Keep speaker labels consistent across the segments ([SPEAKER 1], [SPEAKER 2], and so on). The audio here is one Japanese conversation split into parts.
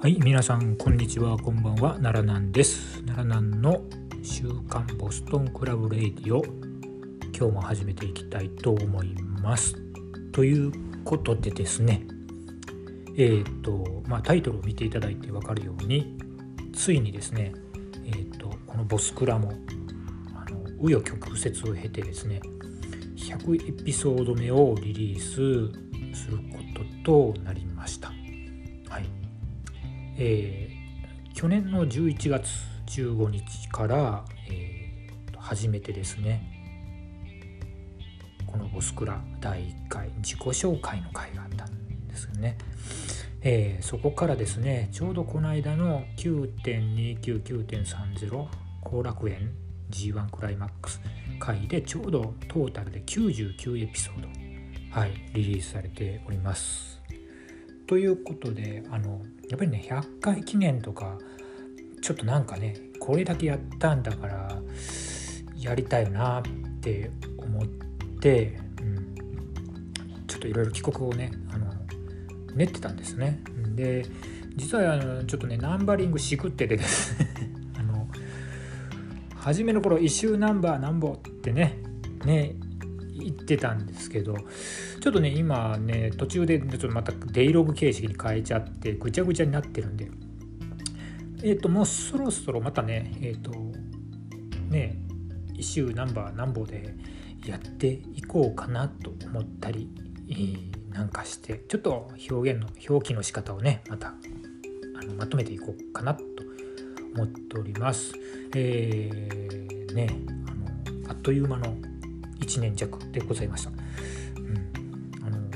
[SPEAKER 1] はい、皆さんこんにちは、こんばんは、奈良南です。奈良南の週刊ボストンクラブレディを今日も始めていきたいと思います。ということでですね、えっ、とまあタイトルを見ていただいてわかるように、ついにですね、えっ、とこのボスクラもあの紆余曲折を経てですね、100エピソード目をリリースすることとなりました。はい。えー去年の11月15日から、えー始めてですねこの「ボスクラ」第1回自己紹介の回があったんですよね、えーそこからですねちょうどこの間の9.299.30後楽園 G1 クライマックス回でちょうどトータルで99エピソード、はい、リリースされております。ということであのやっぱりね100回記念とかちょっとなんかねこれだけやったんだからやりたいよなって思って、うん、ちょっといろいろ帰国をねあの練ってたんですね。で実はあのちょっとねナンバリングしくっててですね あの初めの頃「一周ナンバーなんぼ」ってねね言ってたんですけどちょっとね今ね途中でちょっとまたデイログ形式に変えちゃってぐちゃぐちゃになってるんでえっ、ともうそろそろまたねえっ、とね一周ナンバー何本でやっていこうかなと思ったり、えーなんかしてちょっと表現の表記の仕方をねまたあのまとめていこうかなと思っております。えーねあのあっという間の1年弱でございました。うんあの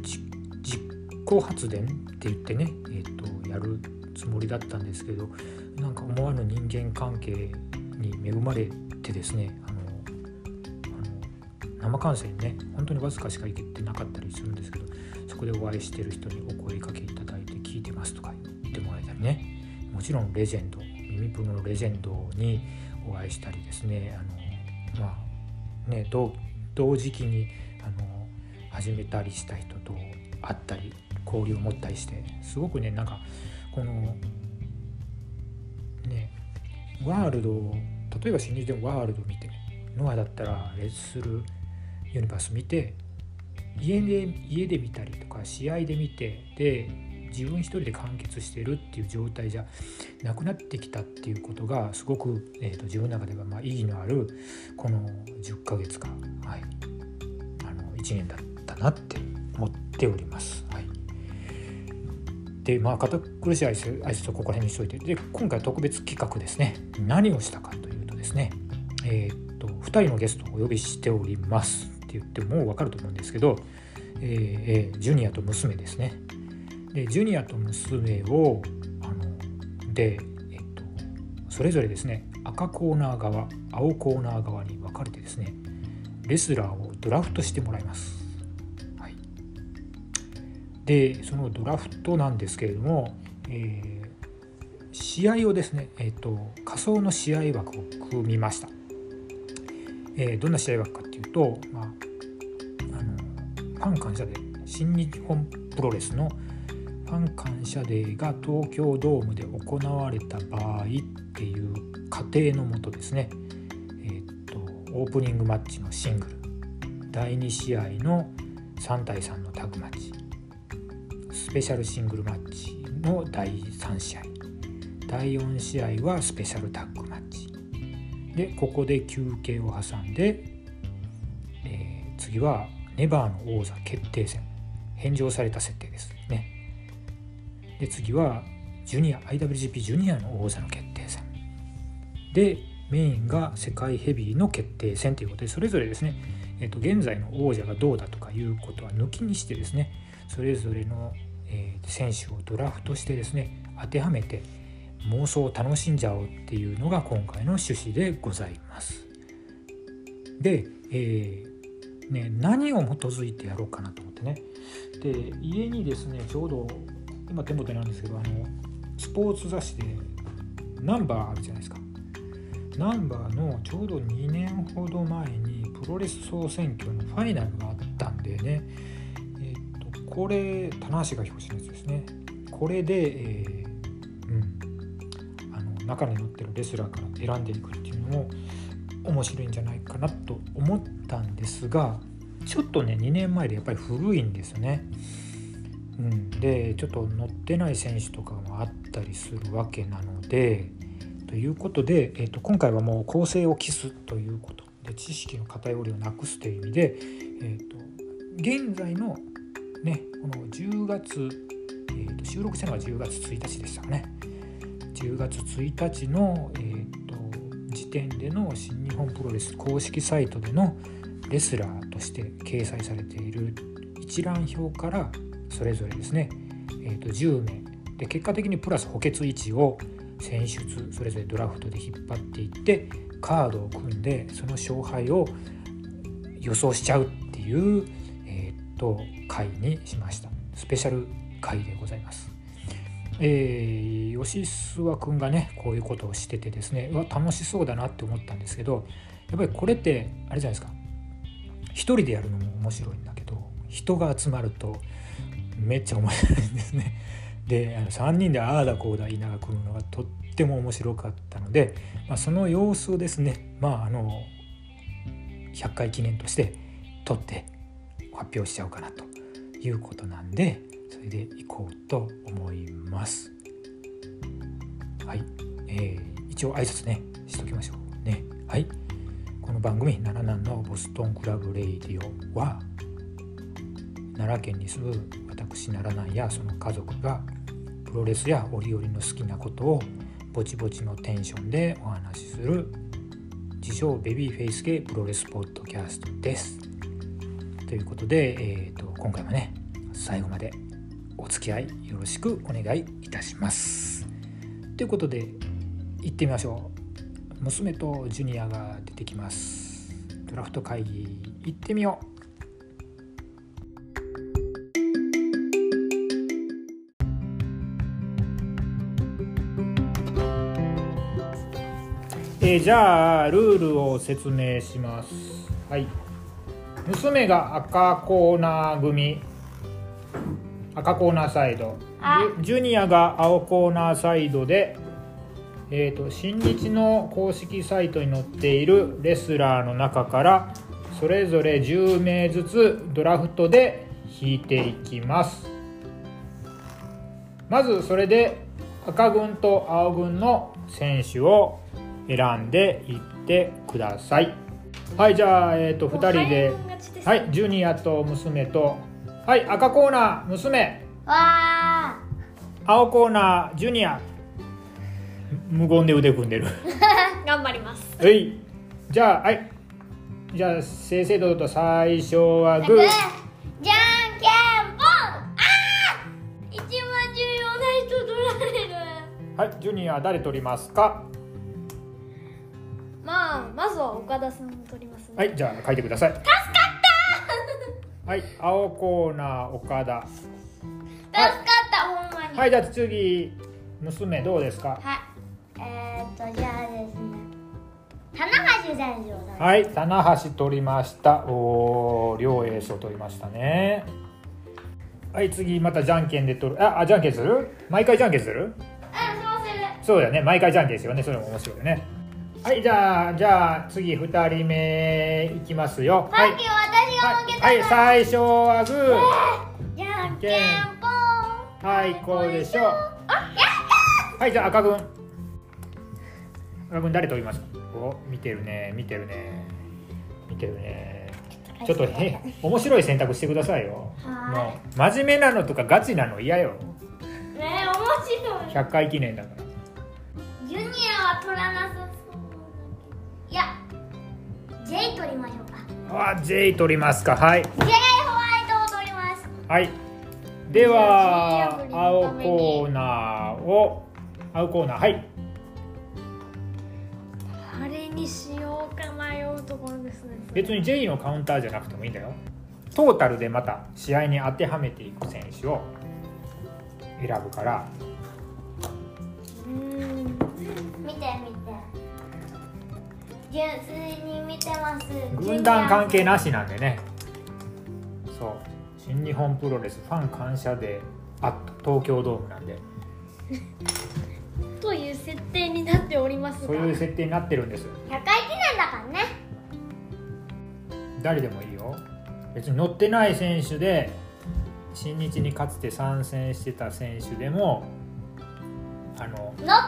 [SPEAKER 1] じ実行発電って言ってね、えー、とやるつもりだったんですけどなんか思わぬ人間関係に恵まれてですねあのあの生観戦ね本当にわずかしか行けてなかったりするんですけどそこでお会いしてる人にお声かけいただいて聞いてますとか言ってもらえたりねもちろんレジェンド耳プロのレジェンドにお会いしたりですねあのまあね同同時期にあの始めたりした人と会ったり交流を持ったりしてすごくねなんかこのねワールド例えば新日でもワールド見てノアだったらレッスルユニバース見て家で家で見たりとか試合で見てで自分一人で完結してるっていう状態じゃなくなってきたっていうことがすごく、えー、と自分の中ではまあ意義のあるこの10ヶ月間、はい、あの1年だったなって思っております。はい、でまあ堅苦しい挨拶挨拶をここら辺にしといてで今回は特別企画ですね何をしたかというとですねえーっと2人のゲストをお呼びしておりますって言ってもう分かると思うんですけど、えーえージュニアと娘ですねでジュニアと娘をあので、えっと、それぞれですね赤コーナー側青コーナー側に分かれてですねレスラーをドラフトしてもらいます。はい、でそのドラフトなんですけれども、えー試合をですね、えー、と仮想の試合枠を組みました、えーどんな試合枠かっていうと、まあ、あのファン感謝デー新日本プロレスのファン感謝デーが東京ドームで行われた場合っていう仮定のもとですね、えー、とオープニングマッチのシングル第2試合の3対3のタッグマッチスペシャルシングルマッチの第3試合第4試合はスペシャルタッグマッチでここで休憩を挟んで、えー次はネバーの王座決定戦返上された設定ですねで次はジュニア IWGP ジュニアの王座の決定戦でメインが世界ヘビーの決定戦ということでそれぞれですね、えっと現在の王者がどうだとかいうことは抜きにしてですねそれぞれの、えー選手をドラフトしてですね当てはめて妄想を楽しんじゃおうっていうのが今回の趣旨でございます。で、えーね、何を基づいてやろうかなと思ってねで家にですねちょうど今手元にあるんですけどあのスポーツ雑誌でナンバーあるじゃないですかナンバーのちょうど2年ほど前にプロレス総選挙のファイナルがあったんでね、えっとこれ、棚橋が表紙のやつですね。これで、えーうん、あの中に載ってるレスラーから選んでいくっていうのも面白いんじゃないかなと思ったんですがちょっとね2年前でやっぱり古いんですよね。うん、でちょっと乗ってない選手とかもあったりするわけなのでということで、えー、と今回はもう構成を期すということで知識の偏りをなくすという意味で、えー、と現在の,、ね、この10月、えー、と収録したのは10月1日でしたかね10月1日の、えー、と時点での新日本プロレス公式サイトでのレスラーとして掲載されている一覧表からそれぞれですね、えー、と10名で結果的にプラス補欠位置を選出それぞれドラフトで引っ張っていってカードを組んでその勝敗を予想しちゃうっていう、えー、と回にしましたスペシャル回でございます。えー、吉諏くんがねこういうことをしててですねうわ楽しそうだなって思ったんですけどやっぱりこれってあれじゃないですか一人でやるのも面白いんだけど人が集まるとめっちゃ面白いんですね。であの3人でああだこうだ言いながら来るのがとっても面白かったので、まあ、その様子をですねまああの100回記念として撮って発表しちゃおうかなということなんでそれでいこうと思います。はい、えー、一応挨拶ねしときましょうね。はいこの番組「ナナのボストンクラブ・レイディオは」奈良県に住む私奈良南やその家族がプロレスや折々の好きなことをぼちぼちのテンションでお話しする自称ベビーフェイス系プロレスポッドキャストです。ということで、えーと、と今回もね最後までお付き合いよろしくお願いいたします。ということで行ってみましょう。娘とジュニアが出てきます。ドラフト会議行ってみようえー、じゃあルールを説明しますはい娘が赤コーナー組赤コーナーサイドジュニアが青コーナーサイドで、えーと、と新日の公式サイトに載っているレスラーの中からそれぞれ10名ずつドラフトで引いていきますまずそれで赤軍と青軍の選手を選んでいってくださいはいじゃあ、えーと、と2人ではいジュニアと娘とはい赤コーナー娘
[SPEAKER 2] わ
[SPEAKER 1] 青コーナージュニア無言で腕組んでる
[SPEAKER 2] ー頑張ります
[SPEAKER 1] はいじゃあはいじゃあ正々堂々と最初はグー
[SPEAKER 2] じゃんけんぽんあー一番重要な人取られる
[SPEAKER 1] はいジュニア誰取りますか
[SPEAKER 2] まあまずは岡田さん取りますね
[SPEAKER 1] はいじゃあ書いてください
[SPEAKER 2] 助か
[SPEAKER 1] はい青コーナー岡田
[SPEAKER 2] った助かった、ほんまに
[SPEAKER 1] はいじゃあ次娘どうですか
[SPEAKER 2] はいえー、っとじゃあですね棚橋選手を出す
[SPEAKER 1] はい棚橋取りましたおー両エースを取りましたねはい次またじゃんけんで取るああじゃんけんする毎回じゃんけんする
[SPEAKER 2] うん、そうする
[SPEAKER 1] そうだよね毎回じゃんけんですよねそれも面白いよねはいじゃあじゃあ次2人目いきますよ
[SPEAKER 2] さ
[SPEAKER 1] はい
[SPEAKER 2] っき私が負けたから、
[SPEAKER 1] はい、はい、最初はグ
[SPEAKER 2] じ
[SPEAKER 1] ー
[SPEAKER 2] ゃんけんぽん
[SPEAKER 1] はいこうでしょうはいじゃあ赤軍赤軍誰取りますかお見てるね見てるね見てるねちょっとへ面白い選択してくださいよ
[SPEAKER 2] は
[SPEAKER 1] もう真面目なのとかガチなの嫌よ
[SPEAKER 2] ねえ面白い
[SPEAKER 1] 100回記念だから
[SPEAKER 2] ジュニアは取らなさそういや J 取りましょうか
[SPEAKER 1] あ J 取りますかはい
[SPEAKER 2] J ホワイトを取ります
[SPEAKER 1] はいで
[SPEAKER 2] ジ
[SPEAKER 1] は
[SPEAKER 2] ュニアブリンの
[SPEAKER 1] 青
[SPEAKER 2] ために
[SPEAKER 1] コーナーを青コーナーはい
[SPEAKER 2] あれにしようか迷うところですね
[SPEAKER 1] 別に J のカウンターじゃなくてもいいんだよトータルでまた試合に当てはめていく選手を選ぶから
[SPEAKER 2] うん見て見て純粋に見てます
[SPEAKER 1] 軍団関係なしなんでねそう新日本プロレスファン感謝デーアット東京ドームなんで
[SPEAKER 2] という設定になっておりますが
[SPEAKER 1] そういう設定になってるんです
[SPEAKER 2] 100回記念だからね
[SPEAKER 1] 誰でもいいよ別に乗ってない選手で新日にかつて参戦してた選手でもあの
[SPEAKER 2] 乗ってない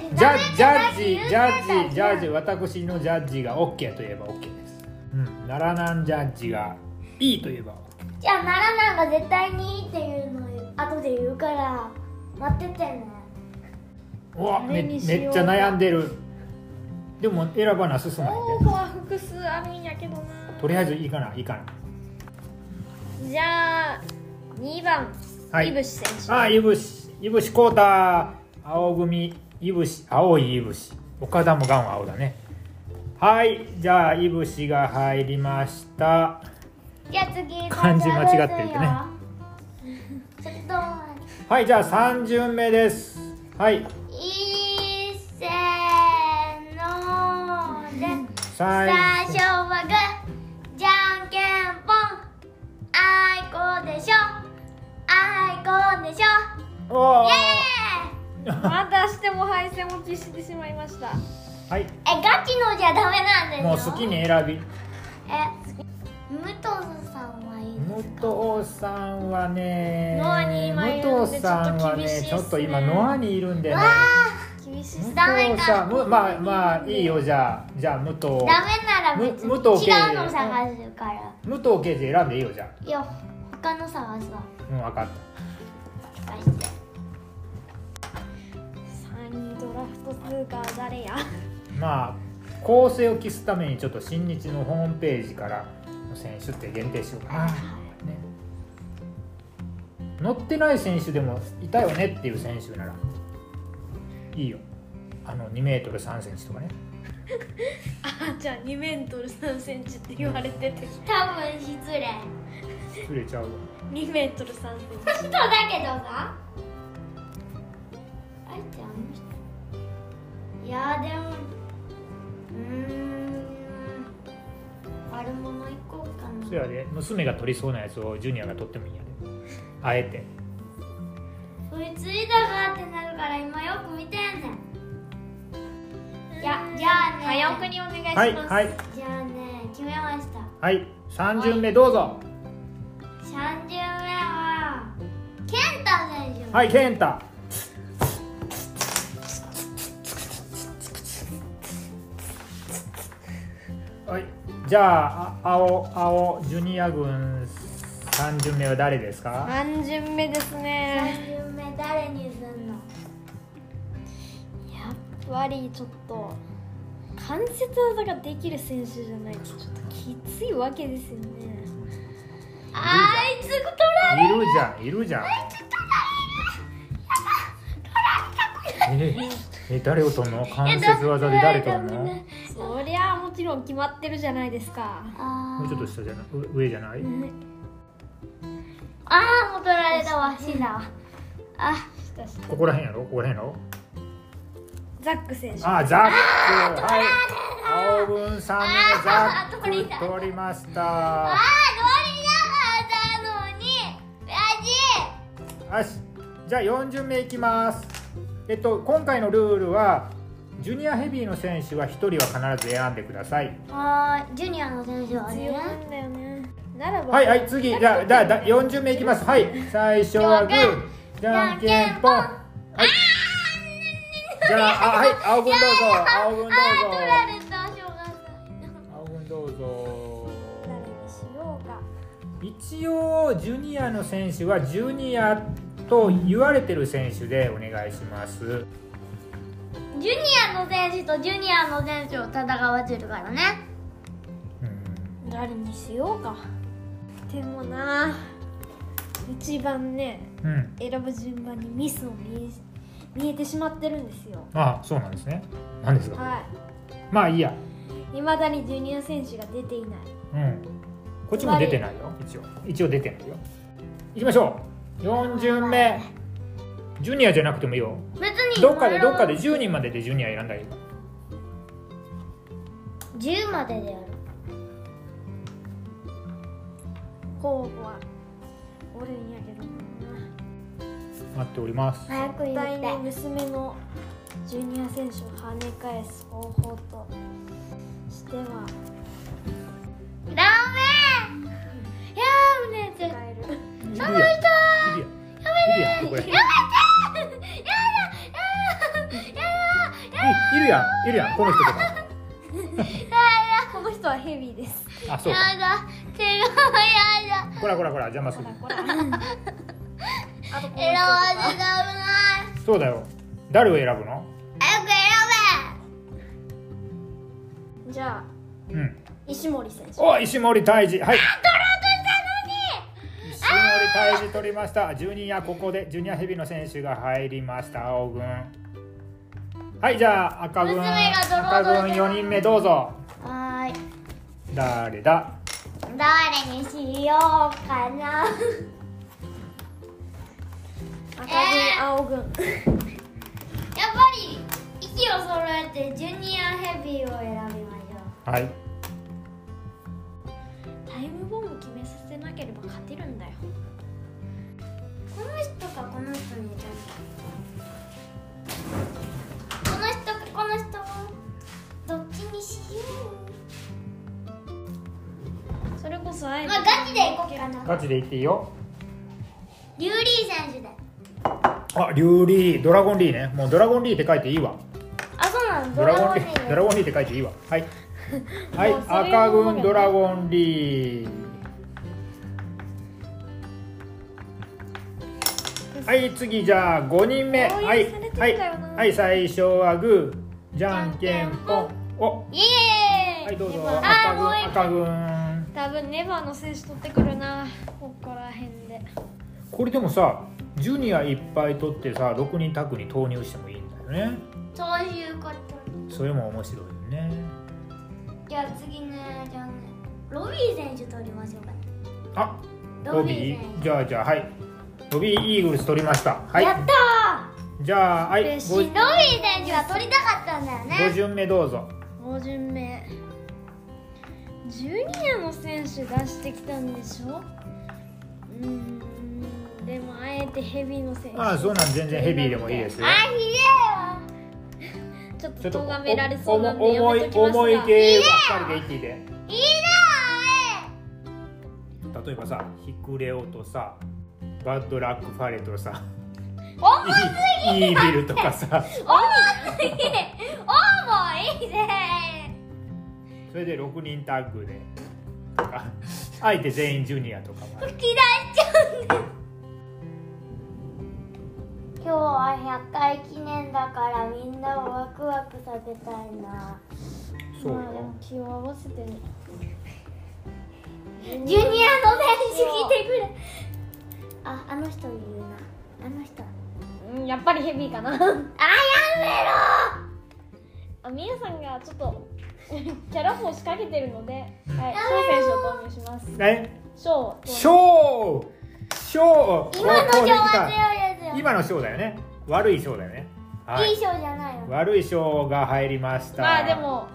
[SPEAKER 2] 選手
[SPEAKER 1] ジャ
[SPEAKER 2] ダメ
[SPEAKER 1] ッジジ
[SPEAKER 2] だ
[SPEAKER 1] ャ
[SPEAKER 2] なって言
[SPEAKER 1] ッジ
[SPEAKER 2] って
[SPEAKER 1] ジャッジジャッジ
[SPEAKER 2] ジ
[SPEAKER 1] 私のジャッジが OK といえば OK です、うん、奈良南ジャッジがいいといえば OK
[SPEAKER 2] じゃあ奈良なんか絶対にいいっていうのを後で言うから待っててね
[SPEAKER 1] うわ
[SPEAKER 2] あ
[SPEAKER 1] め
[SPEAKER 2] れ
[SPEAKER 1] め
[SPEAKER 2] に
[SPEAKER 1] っ
[SPEAKER 2] しよう
[SPEAKER 1] ちゃ悩んでるでも選ばな進まない
[SPEAKER 2] 候補は複数あるんやけどな
[SPEAKER 1] とりあえずいいかないいかな
[SPEAKER 2] じゃあ2番、
[SPEAKER 1] はい
[SPEAKER 2] イブシ選手
[SPEAKER 1] あいぶしいぶしこうた青組いぶし青いいぶし岡田もガンは青だねはいじゃあいぶしが入りました
[SPEAKER 2] じゃあ次
[SPEAKER 1] 漢字間違ってるけどね
[SPEAKER 2] ちょっと待って
[SPEAKER 1] はいじゃあ3巡目ですはい
[SPEAKER 2] いいせーので最
[SPEAKER 1] 最
[SPEAKER 2] 初はグーじゃんけんぽんあいこでしょあいこでしょ
[SPEAKER 1] おー
[SPEAKER 2] イエーイまたしても敗戦落ちしてしまいました
[SPEAKER 1] はい
[SPEAKER 2] えガチのじゃダメなんですよ
[SPEAKER 1] もう好きに選び
[SPEAKER 2] え武藤さんはいいですか
[SPEAKER 1] 武藤さんはね
[SPEAKER 2] ノアに今いるんで
[SPEAKER 1] 武藤さんはねち
[SPEAKER 2] ち
[SPEAKER 1] ょ
[SPEAKER 2] ょ
[SPEAKER 1] っ
[SPEAKER 2] っ
[SPEAKER 1] と
[SPEAKER 2] と厳しいっすね
[SPEAKER 1] 今ノアにいるんでね
[SPEAKER 2] わあ厳しいっすダ
[SPEAKER 1] 武
[SPEAKER 2] メ
[SPEAKER 1] 藤さ
[SPEAKER 2] か
[SPEAKER 1] んむまあまあいいよじゃあじゃあ武藤
[SPEAKER 2] ダメなら別に
[SPEAKER 1] む
[SPEAKER 2] 違う
[SPEAKER 1] 武藤圭
[SPEAKER 2] の探すから
[SPEAKER 1] 武藤刑事選んでいいよじゃ
[SPEAKER 2] いや他の探すわ
[SPEAKER 1] あうん分かった
[SPEAKER 2] 探して
[SPEAKER 3] 3位ドラフト通過は誰や
[SPEAKER 1] まあ構成を期すためにちょっと新日のホームページからの選手って限定しようかな、ね、乗ってない選手でもいたよねっていう選手ならいいよあの2メートル3センチとかね
[SPEAKER 3] あじゃあ2メートル3センチって言われてて
[SPEAKER 2] 多分失礼
[SPEAKER 1] 触れちゃうわ
[SPEAKER 3] 2メートル3センチ
[SPEAKER 2] 人だけどなあいちゃんいやでもうーん悪者行こうかな
[SPEAKER 1] そやで娘が取りそうなやつをジュニアが取ってもいいんやであえて
[SPEAKER 2] そいついだがってなるから今よく見てんねんいやじゃあね
[SPEAKER 3] 早送りお願いします、
[SPEAKER 1] はいはい
[SPEAKER 2] じゃあね決めました
[SPEAKER 1] はい3巡目どうぞ
[SPEAKER 2] 3巡目は健太選手
[SPEAKER 1] はい健太はいじゃああ青青ジュニア軍3巡目は誰ですか
[SPEAKER 3] 3巡目ですね
[SPEAKER 2] 3巡目誰にすんの
[SPEAKER 3] やっぱりちょっと関節技ができる選手じゃないとちょっときついわけですよね
[SPEAKER 2] あいつ取られ
[SPEAKER 1] いるじゃんいるじゃんええ誰を取んの関節技で誰取んのも
[SPEAKER 3] そりゃあもちろん決まってるじゃないですか、
[SPEAKER 2] あ
[SPEAKER 1] うちょっと下じゃないう上じゃない
[SPEAKER 2] あーもう取られたわ死んだわあ
[SPEAKER 3] したした
[SPEAKER 1] ここら辺やろここら辺やろ
[SPEAKER 3] ザック選手
[SPEAKER 1] あ、ザック、はい。青軍さんのザッ
[SPEAKER 2] あ取り
[SPEAKER 1] ク
[SPEAKER 2] だ
[SPEAKER 1] 取りまし
[SPEAKER 2] あー
[SPEAKER 1] た。
[SPEAKER 2] 取りなかったのにラジ
[SPEAKER 1] よし、じゃあ4巡目いきます。えっと今回のルールはジュニアヘビーの選手は1人は必ず選んでください。
[SPEAKER 2] あージュニアの選手はね
[SPEAKER 3] 強なんだよねならば、
[SPEAKER 1] はいはい次じゃあじゃあだ4巡目いきます。はい最初はグーじゃんけんぽん。はい。じゃああはい青軍どうぞ青軍どうぞ
[SPEAKER 2] あー取られたしょうがない
[SPEAKER 1] 青軍どうぞ。
[SPEAKER 3] 誰にしようか
[SPEAKER 1] 一応ジュニアの選手はジュニアと言われてる選手でお願いします
[SPEAKER 2] ジュニアの選手とジュニアの選手を戦わせるからね
[SPEAKER 1] うん
[SPEAKER 3] 誰にしようかでもな一番ね
[SPEAKER 1] うん
[SPEAKER 3] 選ぶ順番にミスも見え見えてしまってるんですよ
[SPEAKER 1] あそうなんですねなんですか
[SPEAKER 3] は
[SPEAKER 1] まあいいや
[SPEAKER 3] い未だにジュニア選手が出ていない
[SPEAKER 1] うんこっちも出てないよ一応一応出てないよいきましょう4巡目ジュニアじゃなくてもいいよ
[SPEAKER 2] 別に
[SPEAKER 1] どっかでどっかで10人まででジュニア選んだらいいか
[SPEAKER 2] 10まででやる
[SPEAKER 3] 候補はおるんやけどな
[SPEAKER 1] 待っております
[SPEAKER 2] 早く言
[SPEAKER 3] 絶
[SPEAKER 2] いた
[SPEAKER 3] 対
[SPEAKER 2] い
[SPEAKER 3] に娘のジュニア選手を跳ね返す方法としては
[SPEAKER 2] ダメいやーお姉ちゃん
[SPEAKER 3] 使える
[SPEAKER 1] いるよいるよやめて
[SPEAKER 2] やめてやだやだや
[SPEAKER 1] いるやんいるやんこの人とか
[SPEAKER 3] この人はヘビーです
[SPEAKER 1] あそう
[SPEAKER 2] だ
[SPEAKER 1] か
[SPEAKER 2] やだ手がやだ
[SPEAKER 1] こらこらこら邪魔する
[SPEAKER 3] ほら あとこの人と
[SPEAKER 2] 選ば
[SPEAKER 3] か
[SPEAKER 2] ずが危ない
[SPEAKER 1] そうだよ誰を選ぶの
[SPEAKER 2] 早く選
[SPEAKER 3] じゃあ
[SPEAKER 1] うん
[SPEAKER 3] 石森選手
[SPEAKER 1] お石森泰治はい石森泰治取りましたジュニアここでジュニアヘビの選手が入りました青軍はいじゃあ赤軍
[SPEAKER 2] 娘が
[SPEAKER 1] 赤
[SPEAKER 2] ドロードロ
[SPEAKER 1] 軍4人目どうぞ
[SPEAKER 2] べはーい
[SPEAKER 1] 誰だ
[SPEAKER 2] 誰にしようかな
[SPEAKER 3] 赤軍、
[SPEAKER 2] えー
[SPEAKER 3] 青軍
[SPEAKER 2] やっぱり息を揃えてジュニアヘビーを選びましょう
[SPEAKER 1] はい
[SPEAKER 3] タイムボム決めさせなければ勝てるんだよ
[SPEAKER 2] この人かこの人に選ぶこの人かこの人かどっちにしよ
[SPEAKER 3] それこそあ
[SPEAKER 2] う
[SPEAKER 3] えて
[SPEAKER 2] まあガチでいこうかな
[SPEAKER 1] ガチで言っていいよ
[SPEAKER 2] リュウリー選手で
[SPEAKER 1] あリュウリードラゴンリーねもうドラゴンリーって書いていいわ
[SPEAKER 2] あそうなの
[SPEAKER 1] ドラゴンリ
[SPEAKER 2] ー
[SPEAKER 1] ードラゴンリーって書いていいわはいはい
[SPEAKER 3] もうそれ
[SPEAKER 1] 赤軍ドラゴンリーはい次じゃあ5人目
[SPEAKER 3] 応援
[SPEAKER 1] はい
[SPEAKER 3] されて
[SPEAKER 1] は
[SPEAKER 3] んだ
[SPEAKER 1] い
[SPEAKER 3] よな
[SPEAKER 1] はい最初はグーじゃんけんぽんお
[SPEAKER 2] イエーイ
[SPEAKER 1] はいどうぞ
[SPEAKER 3] あ
[SPEAKER 1] 赤
[SPEAKER 2] もう
[SPEAKER 1] 軍
[SPEAKER 2] 一
[SPEAKER 1] 赤軍
[SPEAKER 3] 多分ネバーの選手取ってくるなここら辺で
[SPEAKER 1] これでもさジュニアいっぱい取ってさ6人タッグに投入してもいいんだよね
[SPEAKER 2] そういうこと
[SPEAKER 1] それも面白いよね
[SPEAKER 2] じゃあ次ねじゃあねロビー選手取りましょうか
[SPEAKER 1] あロ
[SPEAKER 2] ロビ
[SPEAKER 1] ビ
[SPEAKER 2] ー選
[SPEAKER 1] ーじゃあじゃあはいロビーイーグルス取りましたは
[SPEAKER 2] 手
[SPEAKER 1] い
[SPEAKER 2] やった
[SPEAKER 1] じゃあはい
[SPEAKER 3] 嬉しい
[SPEAKER 1] ご
[SPEAKER 2] ーロビー選手が取りたかったんだよね
[SPEAKER 1] 5巡目どうぞ
[SPEAKER 3] 5巡目ジュニアの選手出してきたんでしょうーんでもあえてヘビーの選手
[SPEAKER 1] ああそうなん全然ヘビーでもいいですよ
[SPEAKER 2] あひで
[SPEAKER 3] ちょっ
[SPEAKER 1] ちょ
[SPEAKER 3] と
[SPEAKER 1] っと
[SPEAKER 3] 咎められそうなんでや
[SPEAKER 1] 重
[SPEAKER 3] め
[SPEAKER 1] い
[SPEAKER 3] ときますが
[SPEAKER 1] 重い系ばっかりで言っていいで
[SPEAKER 2] えよいい
[SPEAKER 1] 例えばさヒクレオとさバッドラックファレとさ
[SPEAKER 2] なあ重い
[SPEAKER 1] イーイービルとかさ
[SPEAKER 2] 重すぎ重いぜ
[SPEAKER 1] それで6人タッグであ相手全員ジュニアとかもある
[SPEAKER 2] 吹き出しちゃうんだ今日は100回記念だからみんなをワクワクさせたいな
[SPEAKER 1] そう
[SPEAKER 3] まあでも
[SPEAKER 1] よ
[SPEAKER 3] 気を合わせて
[SPEAKER 2] ジュニアの選手来てくれああの人言うなあの人
[SPEAKER 3] うんやっぱりヘビーかな
[SPEAKER 2] あ
[SPEAKER 3] あみやさんがちょっと キャラフォー仕掛けてるので、はい、ショウ選手を投入します
[SPEAKER 1] え
[SPEAKER 3] ショウを投入
[SPEAKER 1] ショーショー
[SPEAKER 2] やめろ今の情は
[SPEAKER 1] お
[SPEAKER 2] 強いですよ
[SPEAKER 1] 今のショーだよね悪いショーだよねはいい
[SPEAKER 2] い賞じゃないよ
[SPEAKER 1] 悪いショーが入りました
[SPEAKER 3] まあでも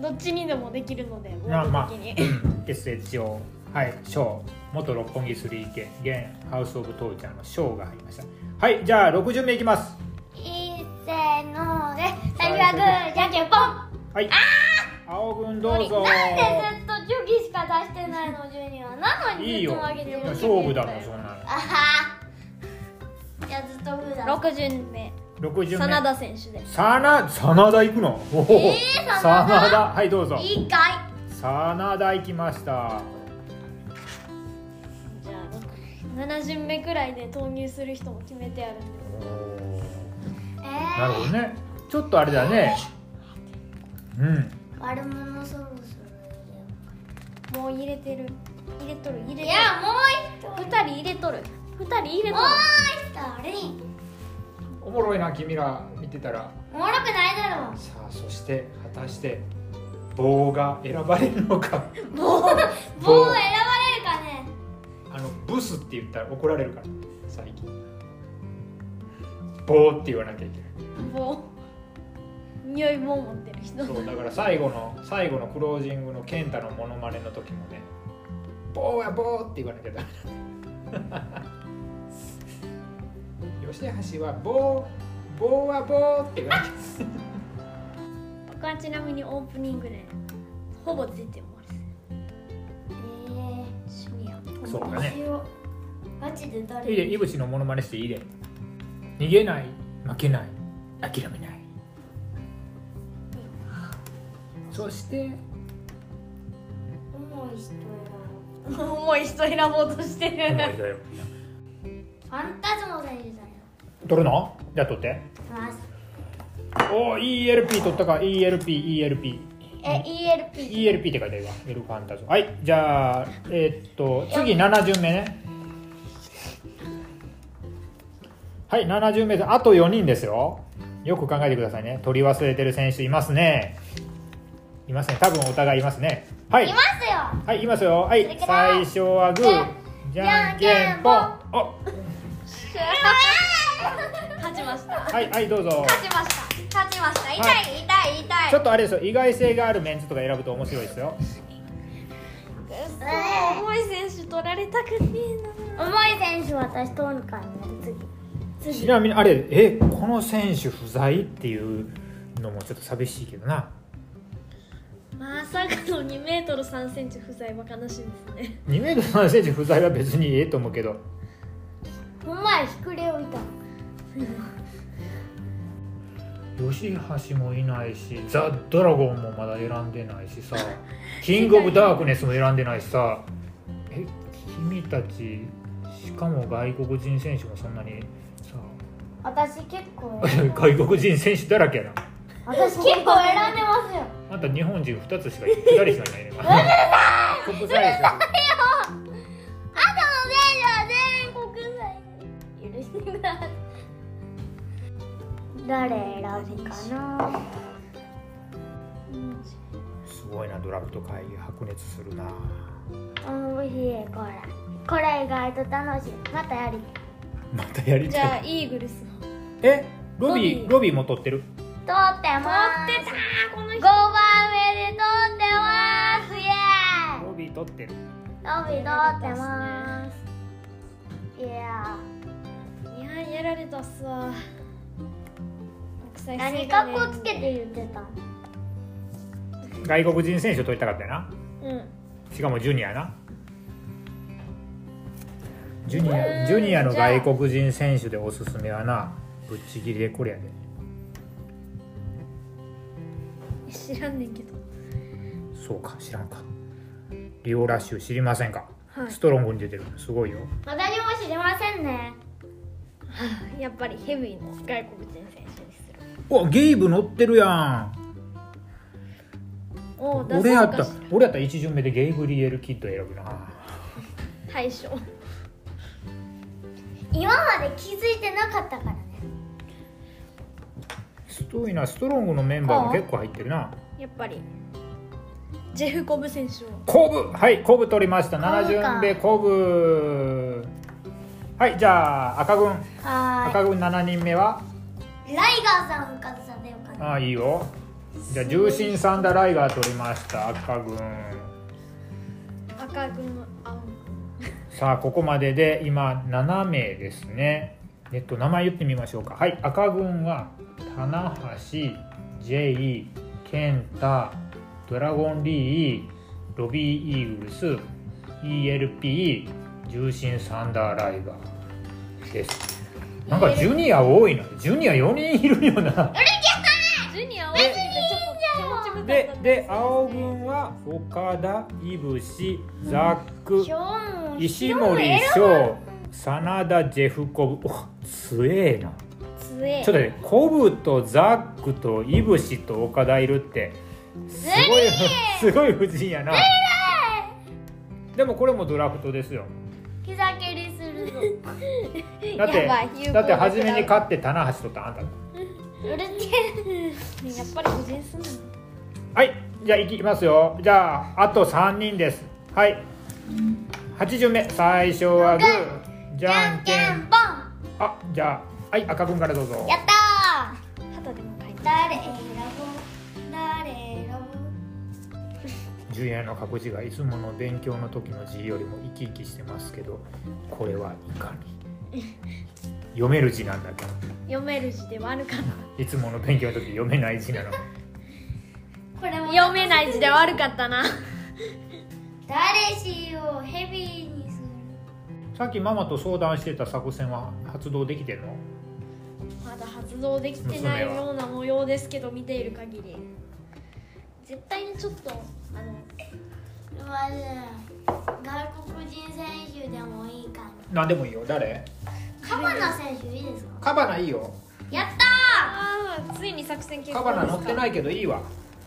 [SPEAKER 3] どっちにでもできるのでモ
[SPEAKER 1] まあま
[SPEAKER 3] ー
[SPEAKER 1] あ
[SPEAKER 3] ド的に、
[SPEAKER 1] SHO はいショー元六本木 3K 現ハウス・オブ・トーちゃんのショーが入りましたはいじゃあ6巡目いきます
[SPEAKER 2] いいせーので最初はグーじゃんけんポン
[SPEAKER 1] はい青軍どう
[SPEAKER 2] なんでずっ
[SPEAKER 1] ぞ
[SPEAKER 2] とチョキしか出してないのジュニアなのに
[SPEAKER 1] いい
[SPEAKER 2] ずっ
[SPEAKER 1] よ
[SPEAKER 2] と負けてる
[SPEAKER 1] 勝負だもんそんな
[SPEAKER 2] あはじゃあずっとグーだ
[SPEAKER 3] 6巡目
[SPEAKER 1] の6巡目
[SPEAKER 3] 真田選手で
[SPEAKER 1] 真田真田行くのおお、
[SPEAKER 2] えー真田
[SPEAKER 1] 真田はいどうぞ
[SPEAKER 2] いいかい
[SPEAKER 1] 真田行きました
[SPEAKER 3] じゃあ6 7巡目くらいで投入する人も決めてあるんで
[SPEAKER 1] おー
[SPEAKER 2] え
[SPEAKER 1] なる
[SPEAKER 2] ー
[SPEAKER 1] ほどねちょっとあれだねうん
[SPEAKER 2] 悪者そろそ
[SPEAKER 3] もう入れてる入れとる入れ
[SPEAKER 2] ろ
[SPEAKER 3] とる
[SPEAKER 2] いやもう一
[SPEAKER 3] 2
[SPEAKER 2] 人
[SPEAKER 3] 人入れとる2人入れと
[SPEAKER 2] もう
[SPEAKER 3] る
[SPEAKER 2] 一人
[SPEAKER 1] おもろいな君ら見てたら
[SPEAKER 2] おもろくないだろ
[SPEAKER 1] さあそして果たして棒が選ばれるのか
[SPEAKER 2] 棒棒選ばれるかね
[SPEAKER 1] あのブスって言ったら怒られるから最近棒って言わなきゃいけない
[SPEAKER 3] 棒匂い棒持ってる人
[SPEAKER 1] そう だから最後の最後のクロージングの健太のモノマネの時もね 棒や棒って言わなきゃダメよして橋は棒棒は棒って言われて
[SPEAKER 3] 僕はちなみにオープニングでほぼ出てます
[SPEAKER 2] え
[SPEAKER 3] 趣味や
[SPEAKER 2] ー、
[SPEAKER 1] そうだね
[SPEAKER 2] 面白いガチで誰
[SPEAKER 1] いいで、井口のモノマネしていいで。逃げない、負けない、諦めない。そして、
[SPEAKER 2] 重い人選
[SPEAKER 3] 重い人選ぼうとしてる
[SPEAKER 1] だよ。
[SPEAKER 2] ぶファンタズモ選手だよ
[SPEAKER 1] 取るのじゃあ取って。
[SPEAKER 2] ます
[SPEAKER 1] おお、ELP 取ったか、ELP、ELP。
[SPEAKER 2] え ELP
[SPEAKER 1] ELP って書いてあるわ。エルファンタジー。はい、じゃあ、えーっと、次7巡目ね。はい、7巡目で、あと4人ですよ。よく考えてくださいね。取り忘れてる選手いますね。いますね。多分お互いいますね。はい
[SPEAKER 2] い。ますよ
[SPEAKER 1] はい、言いますよ。はい、
[SPEAKER 2] それから
[SPEAKER 1] 最初はグー、じゃんけんぽん。お、
[SPEAKER 3] 勝ちました
[SPEAKER 1] はい、はい、どうぞ。
[SPEAKER 3] 勝ちました勝ちました
[SPEAKER 1] は
[SPEAKER 3] 痛い痛い痛い
[SPEAKER 1] ちょっとあれですよ、意外性があるメンツとか選ぶと面白いですよ。
[SPEAKER 3] 嘘重い選手取られたくねえ
[SPEAKER 2] 重い選手私通るからね次
[SPEAKER 1] ち
[SPEAKER 2] 次
[SPEAKER 1] なみに、あれ、え、この選手不在っていうのもちょっと寂しいけどな。
[SPEAKER 3] なまさかの2メートル3センチ不在は悲しいですね
[SPEAKER 1] 2メートル3センチ不在は別にええと思うけど。
[SPEAKER 2] ほんまやひくれをいた
[SPEAKER 1] 吉橋もいないし、ザ・ドラゴンもまだ選んでないしさ、キング・オブ・ダークネスも選んでないしさ、え、君たち、しかも外国人選手もそんなにさ、
[SPEAKER 2] 私結構
[SPEAKER 1] 外国人選手だらけやな
[SPEAKER 2] 私結構選んでますよ
[SPEAKER 1] あんた日本人2つしか2人しかいないね今トップサイズ
[SPEAKER 2] あとの選手は全員国際許してください誰選ぶかな
[SPEAKER 1] すごいなドラフト会議白熱するな
[SPEAKER 2] 面白いこれこれ意外と楽しいまたやり
[SPEAKER 1] またやり
[SPEAKER 3] じ
[SPEAKER 1] た
[SPEAKER 3] ゃあ
[SPEAKER 1] い
[SPEAKER 3] イーグルスの取って
[SPEAKER 1] えロビ
[SPEAKER 3] ロビ
[SPEAKER 1] ー
[SPEAKER 3] ー
[SPEAKER 1] ロビーも取ってる
[SPEAKER 2] 通ってます
[SPEAKER 3] たーこの
[SPEAKER 2] 5
[SPEAKER 3] 人
[SPEAKER 2] 番目で通ってますイエーイ
[SPEAKER 1] ロビー取ってる
[SPEAKER 2] ロビー通ってますいや
[SPEAKER 3] いやーやられたっすわ国際
[SPEAKER 2] 何
[SPEAKER 3] 水
[SPEAKER 2] か
[SPEAKER 3] が
[SPEAKER 2] っ
[SPEAKER 3] ね
[SPEAKER 2] こつけて言ってたの
[SPEAKER 1] 外国人選手取りたかったよな
[SPEAKER 3] うん
[SPEAKER 1] しかもジュニアなジュニアジュニアの外国人選手でおすすめはなぶっちぎりでこれやで
[SPEAKER 3] 知らんねんけど
[SPEAKER 1] そうか知らんかリオラッシュ知りませんか、
[SPEAKER 3] はい
[SPEAKER 1] ストロングに出てるすごいよ
[SPEAKER 2] 私も知りませんね
[SPEAKER 3] やっぱりヘビーの外国人選手にする
[SPEAKER 1] おゲイブ乗ってるやん
[SPEAKER 3] おお
[SPEAKER 1] 俺やった俺やったら1巡目でゲイブリエル・キッド選ぶな
[SPEAKER 3] 大将
[SPEAKER 2] 今まで気づいてなかったからね
[SPEAKER 1] すごいなストロングのメンバーも結構入ってるな
[SPEAKER 3] やっぱりジェフコブ選手を
[SPEAKER 1] コブはいコブ取りました7
[SPEAKER 2] ブか
[SPEAKER 1] 巡目コブはいじゃあ赤軍
[SPEAKER 2] は
[SPEAKER 1] 赤軍7人目は
[SPEAKER 2] ーいライガーさんかずさんでよかった
[SPEAKER 1] ああいいよじゃあ重心サンダーライガー取りました赤軍
[SPEAKER 3] 赤軍の青
[SPEAKER 1] さあここまでで今7名ですねえっと名前言ってみましょうかはい赤軍は棚橋ジェイ健太ドラゴンリーロビーイーグルス ELP 重心サンダーライガーですなんかジュニア多いなジュニア4人いるよな
[SPEAKER 3] ジュニア多いんでちょっと気持ち無
[SPEAKER 1] でで青軍は岡田いぶしザック、
[SPEAKER 2] 今日も
[SPEAKER 1] 石森翔真田ジェフコブお強えな
[SPEAKER 3] 強え
[SPEAKER 1] ちょっとねコブとザックとイブシと岡田いるってすごいすごい夫人やなでもこれもドラフトですよ
[SPEAKER 2] 膝蹴りする ぞう
[SPEAKER 1] だって
[SPEAKER 3] やばい有効
[SPEAKER 1] だって初
[SPEAKER 3] 力
[SPEAKER 1] め
[SPEAKER 3] だ
[SPEAKER 1] に勝って棚橋とったあんた
[SPEAKER 2] るせえ
[SPEAKER 3] やっぱり夫人すんの
[SPEAKER 1] はいじゃあいきますよじゃああと3人ですはい8巡目最初はグーじ
[SPEAKER 2] じ
[SPEAKER 1] ゃ
[SPEAKER 2] ゃ
[SPEAKER 1] ん
[SPEAKER 2] ん
[SPEAKER 1] け
[SPEAKER 2] け
[SPEAKER 1] ん
[SPEAKER 2] んぽん
[SPEAKER 1] あじゃあはい赤軍からどうぞ
[SPEAKER 2] やったー
[SPEAKER 3] 肌でもかいて
[SPEAKER 2] 誰選ぶ誰選
[SPEAKER 1] ジュニアの隠しがいつもの勉強 の時の字よりも生き生きしてますけどこれはいかに読める字なんだけど
[SPEAKER 3] 読める字ではあるか
[SPEAKER 1] いつもの勉強の時読めない字なの
[SPEAKER 2] これ
[SPEAKER 3] な
[SPEAKER 2] も
[SPEAKER 3] 読めない字では悪かったな
[SPEAKER 2] 誰しようヘビーにする
[SPEAKER 1] さっきママと相談してた作戦は発動できてるの
[SPEAKER 3] まだ発動できてない
[SPEAKER 1] 娘は
[SPEAKER 3] ような模様ですけど見ている限り絶対にちょっとあの
[SPEAKER 2] まず外国人選手でもいいか
[SPEAKER 1] 何でもいいよ誰
[SPEAKER 2] なカバナ選手いいですか
[SPEAKER 1] カバナいいよ
[SPEAKER 2] やった
[SPEAKER 3] あーついに作戦決
[SPEAKER 1] カ
[SPEAKER 3] 行
[SPEAKER 1] バナ
[SPEAKER 3] で
[SPEAKER 1] 乗
[SPEAKER 3] す
[SPEAKER 1] って
[SPEAKER 3] か
[SPEAKER 1] ないけどいいわ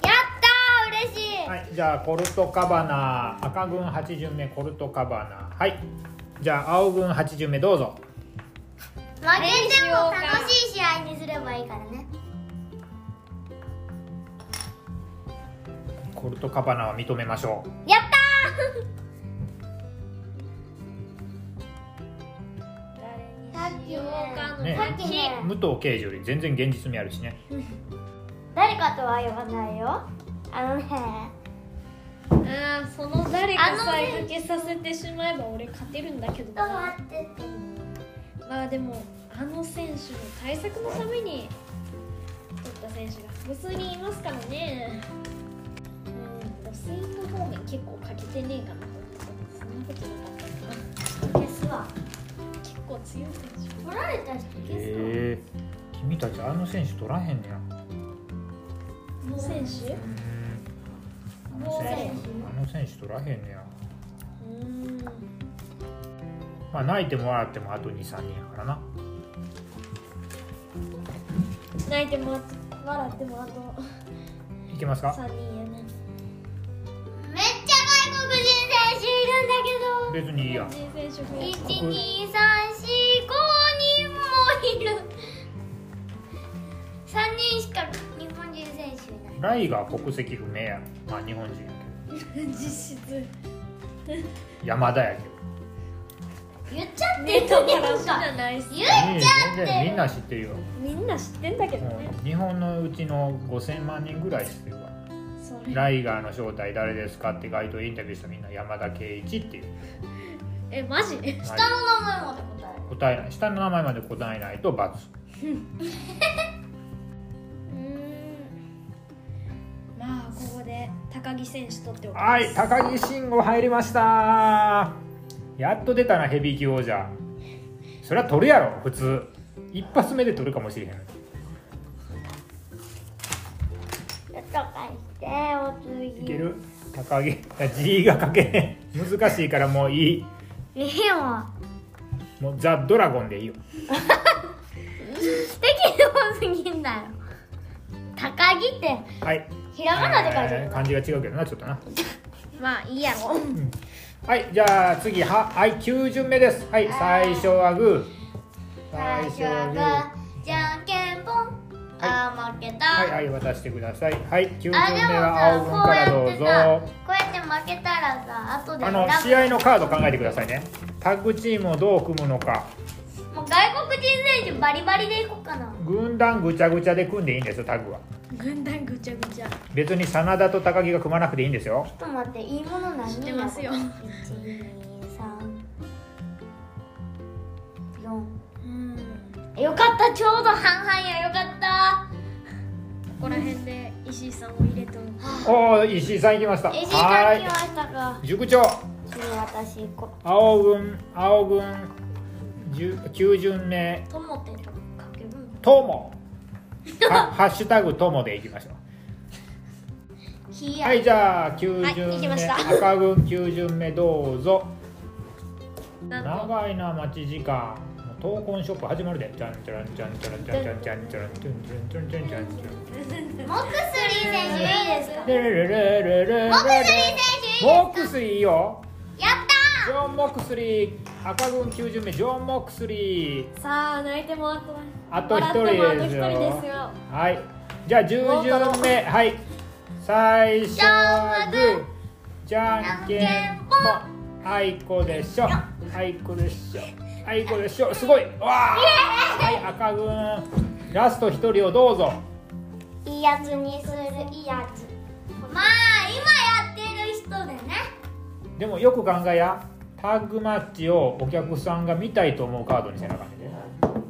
[SPEAKER 2] ーやったー嬉しい
[SPEAKER 1] はいじゃあコルトカバナ赤軍8巡目コルトカバナはいじゃあ青軍8巡目どうぞ
[SPEAKER 2] 負けても楽しい試合にすればいいからね
[SPEAKER 1] コルトカバナは認めましょう
[SPEAKER 2] やったーさっきね
[SPEAKER 1] ね
[SPEAKER 2] さっきね
[SPEAKER 1] 武藤刑事より全然現実味あるしね
[SPEAKER 2] 誰かとは呼ばないよあのね
[SPEAKER 3] あーその誰かさえ
[SPEAKER 2] あのね
[SPEAKER 3] かけさせてしまえば俺勝てるんだけど
[SPEAKER 2] ちょっと
[SPEAKER 3] な
[SPEAKER 2] 待ってて
[SPEAKER 3] まあでもあの選手の対策のために取った選手が複数にいますからねうんとスイング方面結構欠けてねえかなと思ってそんなことなかったか
[SPEAKER 2] 消
[SPEAKER 3] な
[SPEAKER 2] すわ
[SPEAKER 3] 結構強い選手
[SPEAKER 2] 取られた人消すわ
[SPEAKER 1] え君たちあの選手取らへんねや
[SPEAKER 3] この選手
[SPEAKER 1] うーん
[SPEAKER 3] あの選
[SPEAKER 2] 手
[SPEAKER 1] あの選手取らへんねや
[SPEAKER 3] うん
[SPEAKER 1] まあ泣いても笑ってもあと23人やからな
[SPEAKER 3] 泣いてもらって笑ってもあと
[SPEAKER 1] いけますか
[SPEAKER 3] 3人やね
[SPEAKER 2] めっちゃ外国人選手い
[SPEAKER 1] 別にいいやん
[SPEAKER 3] 日本人選手増え
[SPEAKER 2] るんだけど1 2 3 4 5人もいる3人しか日本人選手いない
[SPEAKER 1] ライが国籍不明やまあ日本人やけ
[SPEAKER 3] た実質
[SPEAKER 1] ど山田やけど
[SPEAKER 2] 言っちゃって
[SPEAKER 3] ネ
[SPEAKER 2] る
[SPEAKER 3] ット
[SPEAKER 2] じ
[SPEAKER 3] か
[SPEAKER 2] ゃ
[SPEAKER 3] ら
[SPEAKER 2] ん
[SPEAKER 3] しじゃないっす
[SPEAKER 2] 言っちゃ
[SPEAKER 1] いい
[SPEAKER 2] って
[SPEAKER 1] 全
[SPEAKER 2] る
[SPEAKER 1] 然みんな知ってるよ
[SPEAKER 3] みんな知ってんだけど
[SPEAKER 1] も
[SPEAKER 3] ね
[SPEAKER 1] う日本のうちの5000万人ぐらい知ってるわ
[SPEAKER 3] それ
[SPEAKER 1] ライガーの正体誰ですかって街頭インタビューしたみんな山田圭一っていう、
[SPEAKER 3] えマジ
[SPEAKER 1] はい
[SPEAKER 2] 下の名前まで答える
[SPEAKER 1] 答えない下の名前まで答えないと×
[SPEAKER 3] うーんまあここで高木選手取っておきます
[SPEAKER 1] はい高木慎吾入りましたやっと出たなヘビー級王者それは取るやろ普通一発目で取るかもしれへん
[SPEAKER 2] ちょっと返してお次
[SPEAKER 1] いける高木いや G が書けへん難しいからもういい
[SPEAKER 2] いいよ
[SPEAKER 1] もうザ・ドラゴンでいいよ
[SPEAKER 2] できる多すぎんだよ高木って
[SPEAKER 1] はい
[SPEAKER 2] ひらがなで書いて
[SPEAKER 1] え
[SPEAKER 2] る
[SPEAKER 1] ー漢字が違うけどなちょっとな
[SPEAKER 3] まあいいやろ
[SPEAKER 1] はいじゃあ次ははい9巡目ですはい最初はグー
[SPEAKER 2] 最初はグ
[SPEAKER 1] は
[SPEAKER 2] ーじゃんけんぽん、あー負けた、
[SPEAKER 1] いはい渡してくださいはい9巡目
[SPEAKER 2] あで
[SPEAKER 1] は青軍
[SPEAKER 2] も
[SPEAKER 1] から
[SPEAKER 2] さ
[SPEAKER 1] ど
[SPEAKER 2] こう
[SPEAKER 1] う
[SPEAKER 2] やってさ
[SPEAKER 1] ぞ
[SPEAKER 2] こうやって負けたらさ後で
[SPEAKER 1] あ
[SPEAKER 2] 選
[SPEAKER 1] の試合のカード考えてくださいねタッグチームをどう組むのか
[SPEAKER 2] ぶもう外国人選手バリバリでいこうかな
[SPEAKER 1] 軍団ぐちゃぐちゃで組んでいいんですよタッグは
[SPEAKER 3] 軍団ぐちゃぐちゃ
[SPEAKER 1] 別に真田と高木が組まなくていいんですよ
[SPEAKER 2] ちょっと待っていいもの何
[SPEAKER 3] 知ってますよ
[SPEAKER 2] 123
[SPEAKER 3] うん
[SPEAKER 2] よかったちょうど半々やよかった
[SPEAKER 3] ここら辺で石井さんを入れておく
[SPEAKER 1] おお石井さん行きました
[SPEAKER 2] 石井
[SPEAKER 1] は
[SPEAKER 2] さん
[SPEAKER 1] ー
[SPEAKER 2] 来
[SPEAKER 1] い
[SPEAKER 2] ましたか
[SPEAKER 1] 塾長
[SPEAKER 2] 次私行こ
[SPEAKER 1] 青軍青軍10 9巡目
[SPEAKER 2] うと思ってたかける
[SPEAKER 1] ともはハッシュタグともでいきましょ
[SPEAKER 2] ひ
[SPEAKER 1] う
[SPEAKER 2] や、
[SPEAKER 1] はいじゃあ9
[SPEAKER 3] はい
[SPEAKER 1] 巡
[SPEAKER 3] 行
[SPEAKER 1] 目、
[SPEAKER 3] きました
[SPEAKER 1] 赤軍9巡目どうぞ
[SPEAKER 3] なんと
[SPEAKER 1] 長いな待ち時間もう闘魂ショップ始まるでじゃんじゃんじゃんじゃんじゃんじゃんじゃんじゃんじゃんじゃんじゃんじゃんじゃんじゃんじゃん
[SPEAKER 2] モックスリー選手いいですか
[SPEAKER 1] レレレレレレレ
[SPEAKER 2] モックスリー選手いい
[SPEAKER 1] モックスリーいいよ
[SPEAKER 2] やった
[SPEAKER 1] ジョン・モックスリー赤軍9巡目ジョン・モックスリー
[SPEAKER 3] さあ泣いてもらっても
[SPEAKER 1] あと一
[SPEAKER 3] 笑っ
[SPEAKER 1] 人
[SPEAKER 3] てもあと
[SPEAKER 1] で
[SPEAKER 3] 一
[SPEAKER 1] す
[SPEAKER 3] 人
[SPEAKER 1] よ
[SPEAKER 3] ですよ
[SPEAKER 1] はいじゃあ10巡目はい最初はグーじゃんけんぽんあいこでしょあいこでしょあいこでしょすごいわあはい赤軍ラスト一人をどうぞ
[SPEAKER 2] いいやつにするいいやつまあ今やってる人でね
[SPEAKER 1] でもよく考えやタッグマッチをお客さんが見たいと思うカードにせなあかんねんで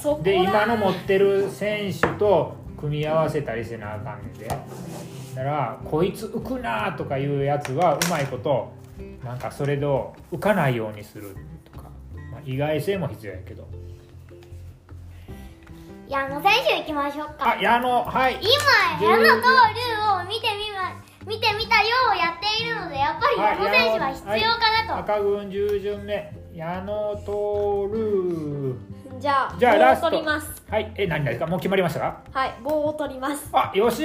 [SPEAKER 3] そこだ
[SPEAKER 1] で今の持ってる選手と組み合わせたりせなあかんねんでだからこいつ浮くなとかいうやつはうまいことなんかそれを浮かないようにするとか、まあ、意外性も必要やけど
[SPEAKER 2] 矢野選手行きましょう
[SPEAKER 1] あ
[SPEAKER 2] か
[SPEAKER 1] 矢野はい
[SPEAKER 2] 今矢野と龍を見てみま見てみたようをやっているのでやっぱり矢野選手は必要かなと、
[SPEAKER 1] 赤軍10巡目矢野とルー
[SPEAKER 4] じゃあ
[SPEAKER 1] じゃあ
[SPEAKER 4] 棒
[SPEAKER 1] ラス
[SPEAKER 4] を
[SPEAKER 1] ト
[SPEAKER 4] 取ります
[SPEAKER 1] はいえ何ですかもう決まりましたか
[SPEAKER 4] はい棒を取ります
[SPEAKER 1] あ吉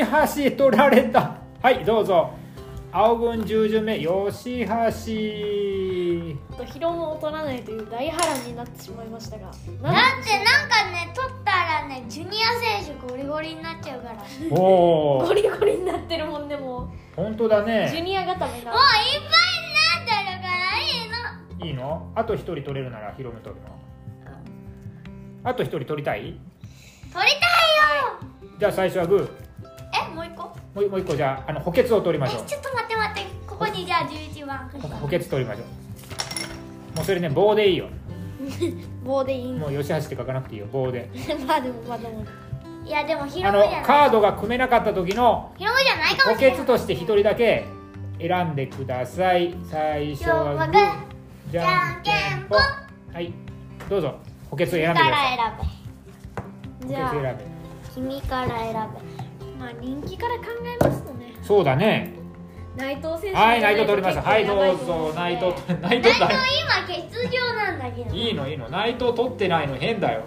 [SPEAKER 1] 橋取られたはいどうぞ青軍10巡目吉橋
[SPEAKER 4] ちょっと疲労も取らないという大波乱になってしまいましたが
[SPEAKER 2] だ
[SPEAKER 4] なん
[SPEAKER 2] ってなんかね取ったらねジュニア選手ゴリゴリになっちゃうからもういっ
[SPEAKER 1] おお
[SPEAKER 4] ゴリゴリになってるもんでも
[SPEAKER 1] 本当だ
[SPEAKER 4] うジュ
[SPEAKER 1] ね
[SPEAKER 4] ニア固めな
[SPEAKER 2] ぱいになってるからいいの
[SPEAKER 1] いいのあと一人取れるならヒロム取るのあと一人取りたい
[SPEAKER 2] 取りたいよ
[SPEAKER 1] じゃあ最初はグー
[SPEAKER 2] えもう一個
[SPEAKER 1] もうもう一個じゃああの補欠を取りま
[SPEAKER 2] え
[SPEAKER 1] しょう
[SPEAKER 2] ちょっと待って待ってここにじゃあ11番
[SPEAKER 1] ほ補欠取りましょうもうそれね棒でいいよ
[SPEAKER 4] 棒でいいんだ
[SPEAKER 1] もう吉橋って書かなくていいよ棒で
[SPEAKER 4] まあでもまあでも
[SPEAKER 2] いやでもヒ
[SPEAKER 1] あ
[SPEAKER 2] ロム
[SPEAKER 1] の
[SPEAKER 2] じゃない
[SPEAKER 1] カードが組めなかった時の
[SPEAKER 2] ヒロムじゃないか
[SPEAKER 1] 補
[SPEAKER 2] もしれ
[SPEAKER 1] 欠
[SPEAKER 2] ない
[SPEAKER 1] として一人だけ選んでください最初
[SPEAKER 2] よー
[SPEAKER 1] はグ
[SPEAKER 2] わ
[SPEAKER 1] ー
[SPEAKER 2] か
[SPEAKER 1] じゃんけんぽんはいどうぞ補欠を選んでください
[SPEAKER 2] ら選
[SPEAKER 1] 補
[SPEAKER 4] じ
[SPEAKER 1] 欠
[SPEAKER 4] ゃあ
[SPEAKER 1] 選
[SPEAKER 2] べ君から選
[SPEAKER 3] まあ人気から考えますとね
[SPEAKER 1] べそうだね
[SPEAKER 3] 内藤選手
[SPEAKER 1] はい内藤取りましたはい
[SPEAKER 3] 結
[SPEAKER 1] ど
[SPEAKER 3] 構やば
[SPEAKER 1] う
[SPEAKER 3] と
[SPEAKER 1] ぞ
[SPEAKER 3] 思うので
[SPEAKER 2] べ内
[SPEAKER 1] 内 藤内藤
[SPEAKER 2] 藤
[SPEAKER 1] だ
[SPEAKER 2] 今欠場なんだけど
[SPEAKER 1] いいのいいの内藤取ってないの変だよ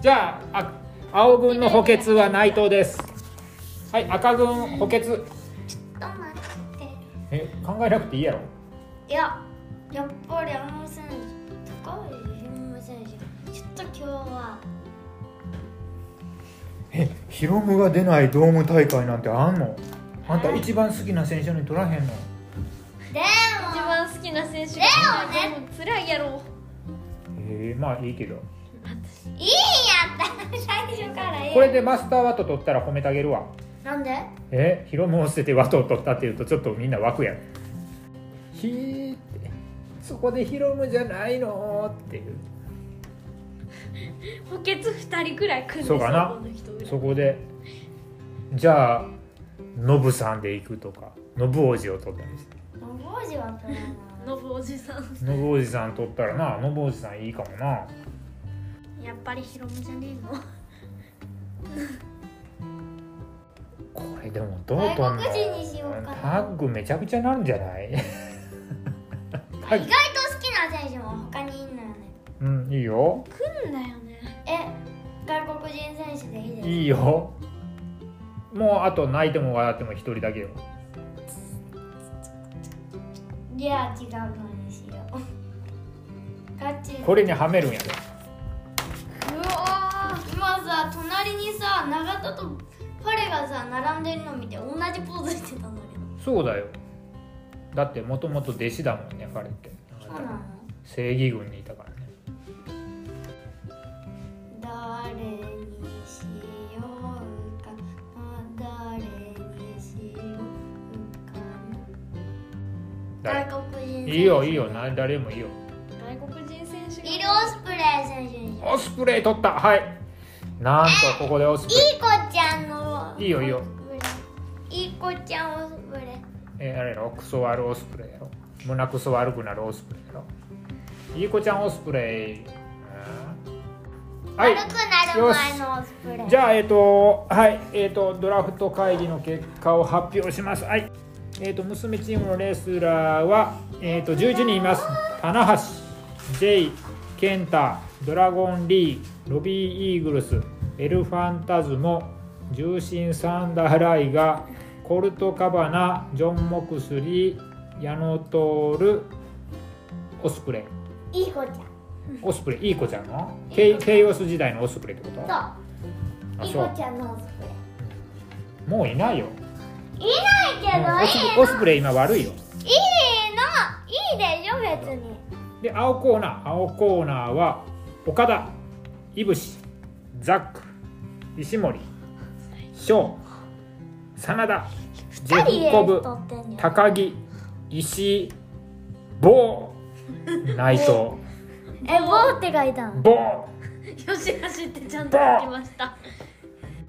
[SPEAKER 1] じゃああ青軍の補欠は内藤ですはい赤軍補欠
[SPEAKER 2] ちょっと待って
[SPEAKER 1] え考えなくていいやろ
[SPEAKER 2] いややっぱり山本選手高い山本選手ちょっと今日は
[SPEAKER 1] えヒロムが出ないドーム大会なんてあんのあんた一番好きな選手に取らへんの
[SPEAKER 2] で
[SPEAKER 4] 一
[SPEAKER 2] も
[SPEAKER 4] 番好きな選手
[SPEAKER 2] レオね
[SPEAKER 4] つらいやろ
[SPEAKER 1] えー、まあいいけど
[SPEAKER 2] いいんやったら最初からいい
[SPEAKER 1] これでマスターワット取ったら褒めてあげるわ
[SPEAKER 2] なんで
[SPEAKER 1] えヒロムを捨ててワットを取ったっていうとちょっとみんな湧くやんひーってそこでヒロムじゃないのっていう
[SPEAKER 4] 補欠2人くらい組んで
[SPEAKER 1] そうかな
[SPEAKER 4] この人ぐらい
[SPEAKER 1] そこでじゃあノブさんで行くとかノブ王子を取ったりして
[SPEAKER 2] ノブ王子は取らない
[SPEAKER 4] ノブおじさん
[SPEAKER 1] ノブ王子さん取ったらなノブ王子さんいいかもな
[SPEAKER 4] やっぱりヒロムじゃねえの
[SPEAKER 1] これでもどう取んの
[SPEAKER 2] 外国人にしようかな
[SPEAKER 1] タッグめちゃくちゃなるんじゃない タ
[SPEAKER 2] 意外
[SPEAKER 1] ッ
[SPEAKER 2] と好
[SPEAKER 1] グ
[SPEAKER 2] きな選手も他にいんのよね
[SPEAKER 1] うんいいよ
[SPEAKER 4] んだよね
[SPEAKER 2] え外国人選手でいいです
[SPEAKER 1] いいよもうあと泣いても笑っても一人だけよ
[SPEAKER 2] いや違うのにしようガチ
[SPEAKER 1] これにはめるんやで
[SPEAKER 2] うわー今さ隣にさ永田とパレがさ並んでるの見て同じポーズしてたんだけど
[SPEAKER 1] そうだよだってもともと弟子だもんね彼って
[SPEAKER 2] そうなの
[SPEAKER 1] 正義軍にいたからね
[SPEAKER 2] 誰にしようかな誰にしようかな
[SPEAKER 1] 誰
[SPEAKER 2] 外国人選手
[SPEAKER 1] いいよいいよな誰もいいよ
[SPEAKER 4] 外国人選手が
[SPEAKER 2] ビル・オスプレイ選手にしよ
[SPEAKER 1] オスプレイ取ったはいなんとここでオスプ
[SPEAKER 2] う
[SPEAKER 1] レイ、
[SPEAKER 2] いい子ちゃんの
[SPEAKER 1] いいよいいよ
[SPEAKER 2] いい子ちゃんオスプレイ
[SPEAKER 1] えあれやろクソ悪オスプレイやろ胸クソ悪くなるオスプレイやろいい子ちゃんオスプレイうんはい
[SPEAKER 2] 悪くなる前のオスプレイ
[SPEAKER 1] じゃあえっ、とはいえっ、とドラフト会議の結果を発表します。はい。えっ、と娘チームのレスラーはえっ、と11人います。棚橋、ジェイ、ケンタ、ドラゴンリー、ロビーイーグルス、エルファンタズモ、重心サンダーライガ、コルトカバナ、ジョン・モクスリー、ヤノトール、オスプレイ。
[SPEAKER 2] いい子ちゃん
[SPEAKER 1] オスプレイ、いい子ちゃんのケイケイオス時代のオスプレイってこと
[SPEAKER 2] そう
[SPEAKER 1] あ
[SPEAKER 2] いい
[SPEAKER 1] そ
[SPEAKER 2] 子
[SPEAKER 1] う
[SPEAKER 2] ちゃんのオスプレイ
[SPEAKER 1] もういないよ。
[SPEAKER 2] いいけどいいの
[SPEAKER 1] オスオスプレイ今悪いよ
[SPEAKER 2] いいのいいでしょ別に
[SPEAKER 1] で青コーナー青コーナーは岡田いぶしザック石森翔真田ジ
[SPEAKER 2] 二
[SPEAKER 1] ェ
[SPEAKER 2] 人
[SPEAKER 1] フコブ
[SPEAKER 2] で撮ってんじゃん
[SPEAKER 1] 高木石井ボー内藤
[SPEAKER 2] え、ボーって書いたの
[SPEAKER 1] ボー
[SPEAKER 3] し走ってちゃんと書きました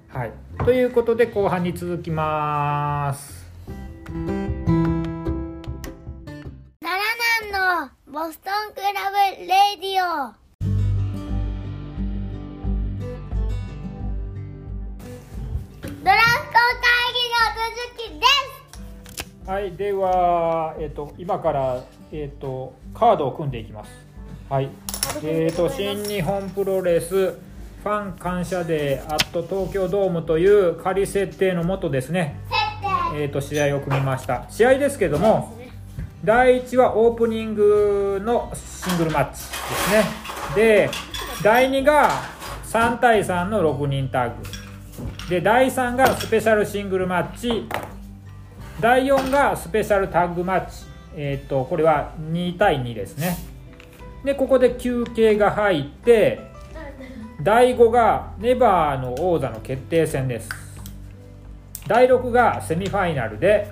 [SPEAKER 1] はい、ということで後半に続きます。
[SPEAKER 2] ララナンのボストンクラブレディオドラフト会議の続きです
[SPEAKER 1] はい、では、えっ、と、今から、えっ、と、カードを組んでいきます。はい、えっ、と、新日本プロレス。ファン感謝デーアット東京ドームという仮設定のもとですね、えっと試合を組みました試合ですけども第1はオープニングのシングルマッチですねで第2が3対3の6人タッグで第3がスペシャルシングルマッチ第4がスペシャルタッグマッチ、えー、とこれは2対2ですねでここで休憩が入って第5がネバーの王座の決定戦です第6がセミファイナルで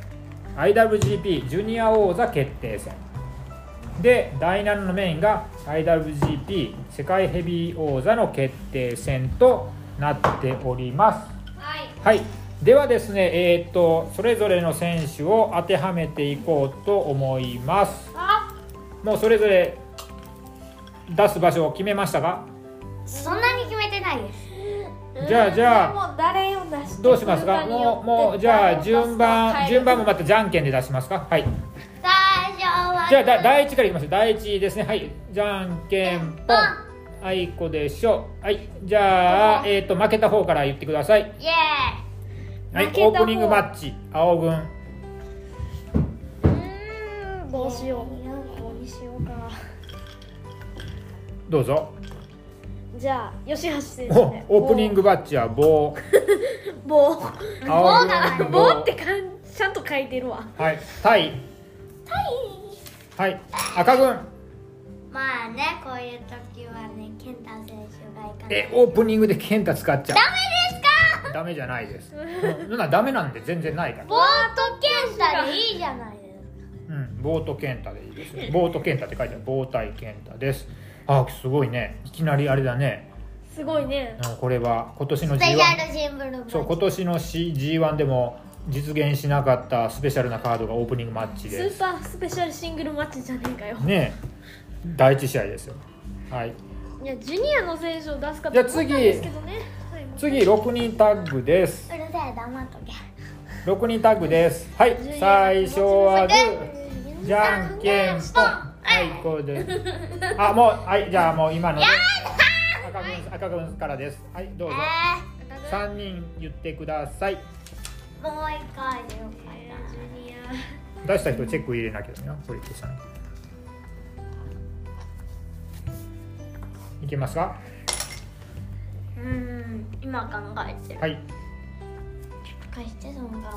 [SPEAKER 1] IWGP ジュニア王座決定戦で第7のメインが IWGP 世界ヘビー王座の決定戦となっております
[SPEAKER 3] はい
[SPEAKER 1] はい、ではですね、えーっとそれぞれの選手を当てはめていこうと思います。もうそれぞれ出す場所を決めましたか？
[SPEAKER 2] そんなに決めてないです
[SPEAKER 1] じゃあじゃあ
[SPEAKER 4] もう誰を出して
[SPEAKER 1] どうしますか？もうもうじゃあ順番順番もまたじゃんけんで出しますか？はい。
[SPEAKER 2] 最初は
[SPEAKER 1] じゃあだ第一からいきましょう。第一ですね。はい、じゃんけんぽん。あいこでしょ。はい、じゃあえーっと負けた方から言ってください。
[SPEAKER 2] イエー
[SPEAKER 1] はい
[SPEAKER 4] 負、けた
[SPEAKER 1] オ
[SPEAKER 4] 方
[SPEAKER 1] ープニングマッチ青軍。
[SPEAKER 2] イ
[SPEAKER 4] どうしようこうにしようか
[SPEAKER 1] どうぞ。
[SPEAKER 4] じゃあ吉橋選手
[SPEAKER 1] お
[SPEAKER 4] で
[SPEAKER 1] オープニングマッチは棒。
[SPEAKER 4] 棒棒
[SPEAKER 1] 青
[SPEAKER 4] 棒だ
[SPEAKER 1] 軍
[SPEAKER 4] 棒ってかんちゃんと書いてるわ
[SPEAKER 1] はいタイはい赤軍
[SPEAKER 2] まあねこういう時はね健太選手がいかない
[SPEAKER 1] えオープニングで健太使っちゃう
[SPEAKER 2] ダメですか
[SPEAKER 1] ダメじゃない ですうんそんなダメなんで全然ないから
[SPEAKER 2] ボート健太でいいじゃないですか
[SPEAKER 1] うんボート健太でいいですよボート健太って書いてあるボータイ健太ですあすごいねいきなりあれだね
[SPEAKER 4] すごいね
[SPEAKER 1] うんこれは今年の
[SPEAKER 2] スペシャ
[SPEAKER 1] G1
[SPEAKER 2] ルシングルマッチ
[SPEAKER 1] そう今年の C- G1 でも実現しなかったスペシャルなカードがオープニングマッチ
[SPEAKER 4] ス
[SPEAKER 1] で
[SPEAKER 4] ー
[SPEAKER 1] す
[SPEAKER 4] パースペシャルシングルマッチじゃねえかよ
[SPEAKER 1] ねえ第一試合ですよはい
[SPEAKER 4] いやジュニアの選手を出すか
[SPEAKER 1] じ
[SPEAKER 4] と思った
[SPEAKER 1] ゃあ
[SPEAKER 4] ん
[SPEAKER 1] 次
[SPEAKER 4] ですけどねはい
[SPEAKER 1] 次6人タッグです
[SPEAKER 2] うるさい黙っとけ
[SPEAKER 1] 六人タッグです。はい、最初はグー、じゃんけんぽん。はい、こうです。あ、もう、はい、じゃあ、もう今ので。赤軍、赤軍からです。はい、ど
[SPEAKER 2] え
[SPEAKER 1] うぞ。
[SPEAKER 2] ー、
[SPEAKER 1] 三人言ってください。
[SPEAKER 2] もう一回でよか
[SPEAKER 4] え
[SPEAKER 2] っ
[SPEAKER 4] ージュニア
[SPEAKER 1] 出した人チェック入れなきゃな、これ消さないと。いけますか。
[SPEAKER 2] たうん今考えてる
[SPEAKER 1] はい、
[SPEAKER 2] 返してそのが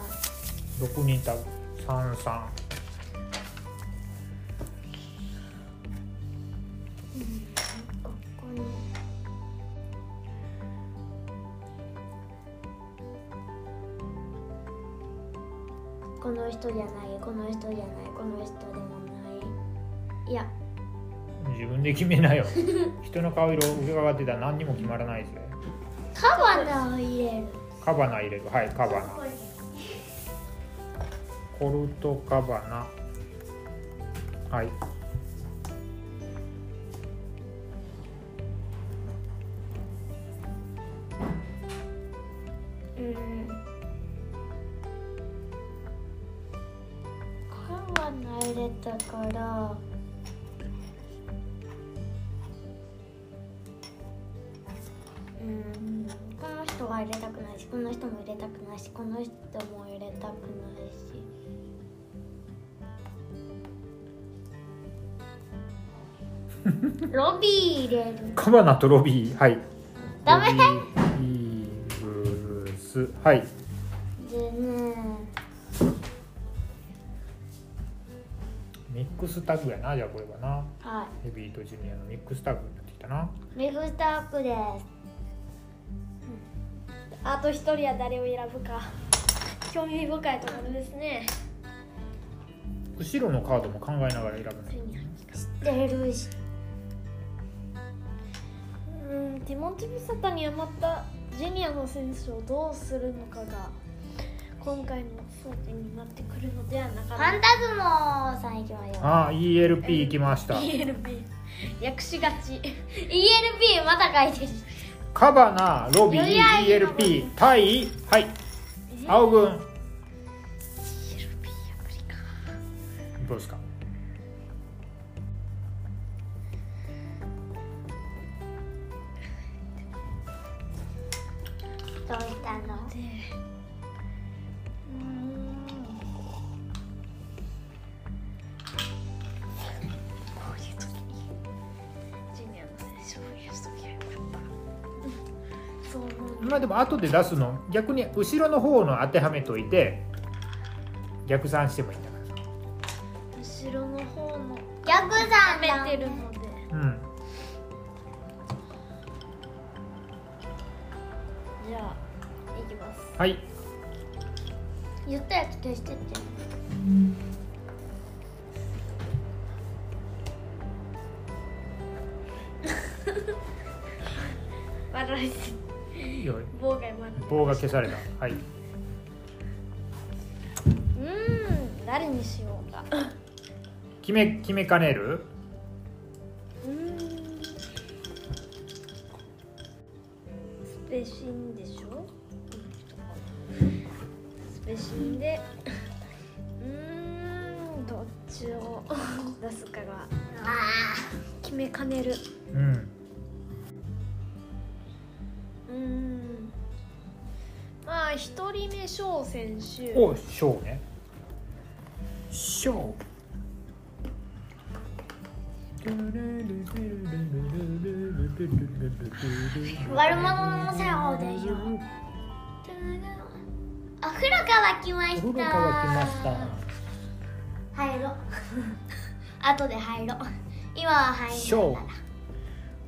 [SPEAKER 1] 六人タッグ、三三。
[SPEAKER 2] ここにこの人じゃないこの人じゃないこの人でもないいや
[SPEAKER 1] 自分で決め なよ。人の顔色を伺ってたら、何にも決まらないですよ。
[SPEAKER 2] カバナを入れる
[SPEAKER 1] カバナ入れる、はい、カバナ。
[SPEAKER 2] これ
[SPEAKER 1] コルトカバナはい
[SPEAKER 2] うんカバナ入れたからうんこの人は入れたくないしこの人も入れたくないしこの人も入れたくない しロビー入れる
[SPEAKER 1] カバナとロビーはい
[SPEAKER 2] ダメ
[SPEAKER 1] ロビーイーグルスはい
[SPEAKER 2] でね
[SPEAKER 1] ミックスタッグやなじゃあこれはな
[SPEAKER 2] は
[SPEAKER 1] ヘビーとジュニアのミックスタッグになってきたない
[SPEAKER 2] ミグスタックです
[SPEAKER 4] あと一人は誰を選ぶか興味深いところですね
[SPEAKER 1] 後ろのカードも考えながら選ぶね
[SPEAKER 2] 出るし
[SPEAKER 4] うん
[SPEAKER 3] うん、ティモンチ・ビサタに余ったジュニアの選手をどうするのかが今回の争点になってくるのではな
[SPEAKER 2] フ
[SPEAKER 3] かっ
[SPEAKER 2] ァ
[SPEAKER 3] た
[SPEAKER 2] ンタズモ最強よ
[SPEAKER 1] ああ ELP 行きました。
[SPEAKER 3] ELB 略しがち
[SPEAKER 2] ELP また書いてる
[SPEAKER 1] カバナロビー
[SPEAKER 2] よりあいいの
[SPEAKER 1] ELP 対はい青軍 ELP アフリカどうですか
[SPEAKER 2] どうしたの
[SPEAKER 3] でうーんこういう時にジュニアの選手を増やすときはよかったそう思う
[SPEAKER 1] まあでも後で出すの逆に後ろの方の当てはめといて逆算してもいいんだか
[SPEAKER 3] 後ろの方の
[SPEAKER 2] 逆算
[SPEAKER 3] 食
[SPEAKER 2] だ
[SPEAKER 3] べてるので
[SPEAKER 1] らうん
[SPEAKER 3] じゃあいきます
[SPEAKER 1] はい
[SPEAKER 2] 言ったやつ消してって
[SPEAKER 3] 笑いすぎ
[SPEAKER 1] よい
[SPEAKER 3] 妨害もある
[SPEAKER 1] 棒が消されたはい
[SPEAKER 3] うーん誰にしようか
[SPEAKER 1] 決め決めかねる
[SPEAKER 3] うーんスペシンでしょスペシンでうーんどっちを出すかが決めかねる
[SPEAKER 1] うん
[SPEAKER 3] うーんまあ一人目翔選手
[SPEAKER 1] お小ね小
[SPEAKER 2] 悪者の作法でしょお風呂乾きま
[SPEAKER 1] お
[SPEAKER 2] した
[SPEAKER 1] 風呂乾きました
[SPEAKER 2] 入 ろ後で入ろ今は入ろ
[SPEAKER 1] 小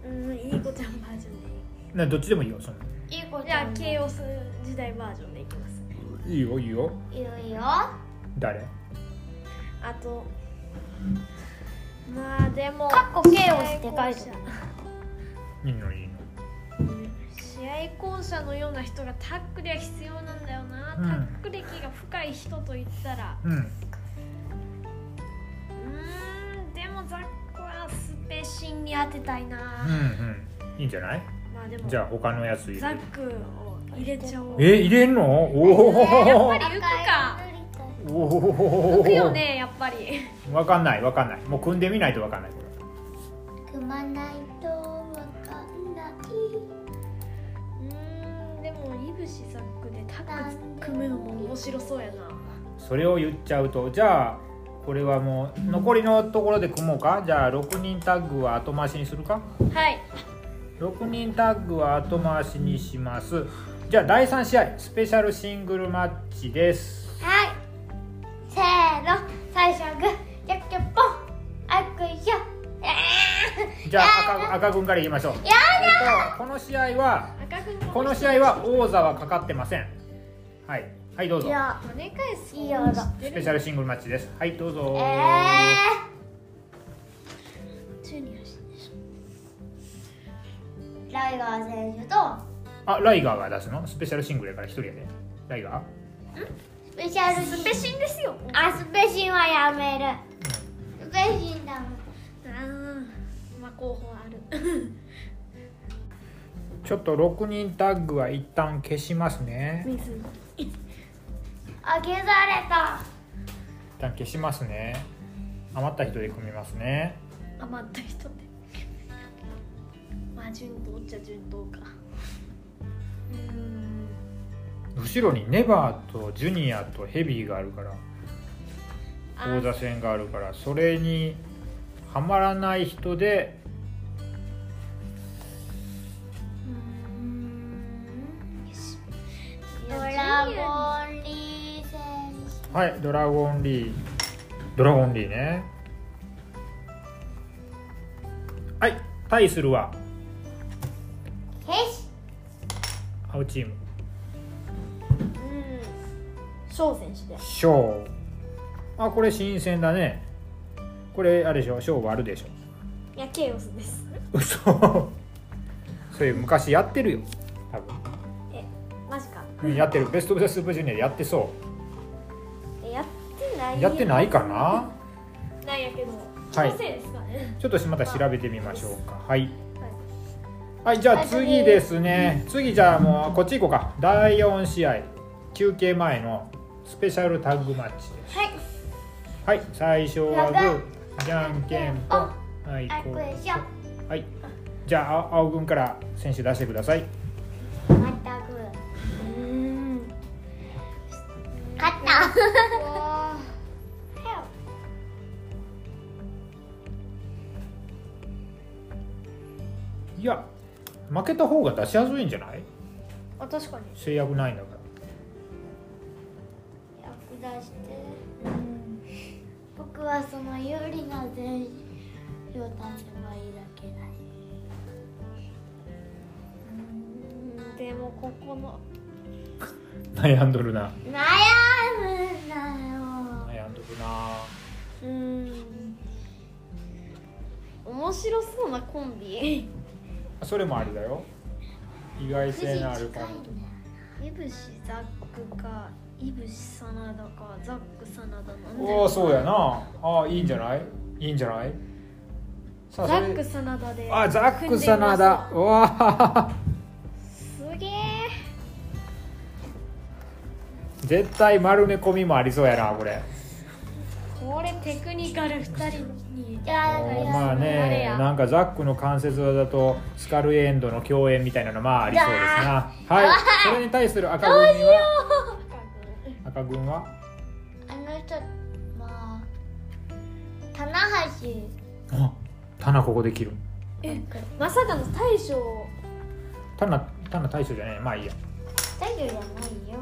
[SPEAKER 3] うーんいい子ちゃんバージョンで
[SPEAKER 1] などっちでもいいよその
[SPEAKER 2] いい子
[SPEAKER 3] じゃあケイオス時代バージョンでいきます
[SPEAKER 1] いいよいいよ
[SPEAKER 2] いいよいいよ
[SPEAKER 1] 誰
[SPEAKER 3] あとまあでも
[SPEAKER 2] かっこケイオスって書いてある
[SPEAKER 1] いいのいいの
[SPEAKER 3] 試合巧者のような人がタックでは必要なんだよな、
[SPEAKER 1] うん
[SPEAKER 3] タック歴が深い人と言ったら
[SPEAKER 1] うん
[SPEAKER 3] うーんでもザックはスペシンに当てたいな、
[SPEAKER 1] うんうんいいんじゃない
[SPEAKER 3] まあでも
[SPEAKER 1] じ
[SPEAKER 3] ザ
[SPEAKER 1] ゃあ他のやつ入れ
[SPEAKER 3] ッ
[SPEAKER 1] る
[SPEAKER 3] クを入れちゃおう
[SPEAKER 1] え入れんのおお
[SPEAKER 3] やっぱり浮くか
[SPEAKER 1] おお
[SPEAKER 3] 浮くよねやっぱり
[SPEAKER 1] わかんないわかんないもう組んでみないとわかんないこれ
[SPEAKER 2] 組まないとわかんないう
[SPEAKER 3] ーんでもいぶしザックでタック組むのも面白そうやな
[SPEAKER 1] それを言っちゃうとじゃあこれはもう残りのところで組もうかじゃあ6人タッグは後回しにするか
[SPEAKER 3] はい
[SPEAKER 1] 6人タッグは後回しにしますじゃあ第3試合スペシャルシングルマッチです
[SPEAKER 2] はいせーの最初はグーキャッキャッポンあっくいよえ
[SPEAKER 1] じゃあ赤赤軍から言いましょう
[SPEAKER 2] ーや
[SPEAKER 1] えっとこの試合は
[SPEAKER 3] 赤くん
[SPEAKER 1] この試合は王座はかかってませんはいはいどう
[SPEAKER 2] だ
[SPEAKER 1] ぞ
[SPEAKER 2] いや
[SPEAKER 3] 跳ね返す
[SPEAKER 2] いいよだ
[SPEAKER 1] スペシャルシングルマッチですはいどうぞ
[SPEAKER 2] え
[SPEAKER 3] ジュニアし
[SPEAKER 2] ー、ライガー選手と
[SPEAKER 1] あライガーが出すのスペシャルシングルやから一人やでライガー
[SPEAKER 2] スペシャルシン
[SPEAKER 3] スペシンですよ
[SPEAKER 2] あスペシンはやめるスペシンだもん
[SPEAKER 3] あーまあ候補ある
[SPEAKER 1] ちょっと6人タッグは一旦消しますね
[SPEAKER 3] 水
[SPEAKER 2] あ削られた
[SPEAKER 1] 一旦消しますね余った人で組みますね
[SPEAKER 3] 余った人でまあ順当っちゃ順当かうーん
[SPEAKER 1] 後ろにネバーとジュニアとヘビーがあるから
[SPEAKER 3] あ
[SPEAKER 1] 王座戦があるからそれにはまらない人で
[SPEAKER 3] うーんよしい
[SPEAKER 2] ド
[SPEAKER 3] や
[SPEAKER 2] ラ
[SPEAKER 3] ジュニア
[SPEAKER 2] ゴンリー選
[SPEAKER 1] はいドラゴンリードラゴンリーねはい対するは
[SPEAKER 2] 手へし
[SPEAKER 1] 青チーム
[SPEAKER 3] うん翔選手で
[SPEAKER 1] ショーあこれ新鮮だねこれあれでしょショー割るでしょ
[SPEAKER 3] いやケイオスです
[SPEAKER 1] 嘘そそれ昔やってるよ多分
[SPEAKER 4] マジか
[SPEAKER 1] うんやってるベスト・オブ・ザ・スーパージュニアでやってそ
[SPEAKER 4] えやってな
[SPEAKER 1] う
[SPEAKER 4] い
[SPEAKER 1] やってないかな
[SPEAKER 3] なんやけど
[SPEAKER 1] はい
[SPEAKER 3] 気のせいですかね、
[SPEAKER 1] ちょっとまた調べてみましょうかはいはいじゃあ次ですね次じゃあもうこっち行こうか第4試合休憩前のスペシャルタッグマッチです
[SPEAKER 2] はい
[SPEAKER 1] はい最初はグーじゃんけんぽんはい
[SPEAKER 2] あ
[SPEAKER 1] こ
[SPEAKER 2] これ
[SPEAKER 1] う
[SPEAKER 2] しょ
[SPEAKER 1] はいじゃあ青青軍から選手出してください
[SPEAKER 2] またぐ勝った
[SPEAKER 1] いや負けた方が出しやすいんじゃない
[SPEAKER 4] あ確かに
[SPEAKER 1] 制約ないんだから
[SPEAKER 2] 役出して僕はその有利な選手を立てばいいだけだし
[SPEAKER 4] うんでもここの
[SPEAKER 1] 悩んどるな
[SPEAKER 2] 悩むんだよ
[SPEAKER 1] 悩んどるな
[SPEAKER 4] うん面白そうなコンビ
[SPEAKER 1] それもありだよ意外性のある感じ
[SPEAKER 4] いぶしザックかいぶしさなだかザックさなだなん
[SPEAKER 1] おお
[SPEAKER 4] で
[SPEAKER 1] そうやなあいいんじゃないいいんじゃないさ
[SPEAKER 4] ザ
[SPEAKER 1] あそ
[SPEAKER 4] ッ
[SPEAKER 1] れ
[SPEAKER 4] クさなだで
[SPEAKER 1] あザックさなだ
[SPEAKER 4] 組んでます
[SPEAKER 1] わあ
[SPEAKER 4] すげえ
[SPEAKER 1] 絶対丸め込みもありそうやなこれ
[SPEAKER 4] これテクニカル2人に
[SPEAKER 2] じゃあ
[SPEAKER 1] おーまあねなんかザックの関節技とスカルエンドの共演みたいなのまあありそうですなはいそれに対する赤軍は赤軍は
[SPEAKER 2] あの人まあ棚橋
[SPEAKER 1] あタナここできる
[SPEAKER 4] まさかの大将
[SPEAKER 1] タナタナ大将じゃないまあいいや
[SPEAKER 2] 大丈夫じゃないよ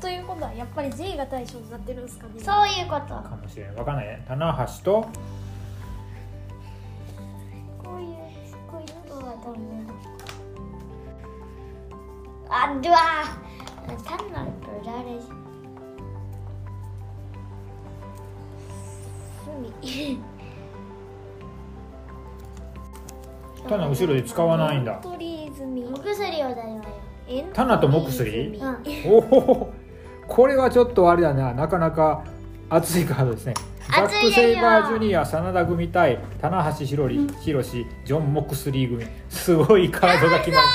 [SPEAKER 4] ということはやっぱり J が大将になってるんですかね
[SPEAKER 2] そういうこと
[SPEAKER 1] かもしれないわかんないねタナハシと
[SPEAKER 2] こういう、こういうのはダメあ、うわ単なると誰すみ。
[SPEAKER 1] タナ後ろで使わないんだ
[SPEAKER 4] エントリー済み
[SPEAKER 2] お薬を出しまよ。
[SPEAKER 4] エントリー済み
[SPEAKER 1] タナとモクスリー
[SPEAKER 2] うん。
[SPEAKER 1] おおこれはちょっとあれだななかなか熱いカードですねザ
[SPEAKER 2] 熱
[SPEAKER 1] ック・
[SPEAKER 2] いですよ
[SPEAKER 1] セイバージュニア真田組対棚橋ひろりひろしジョン・モックスリー組すごいカードが決まる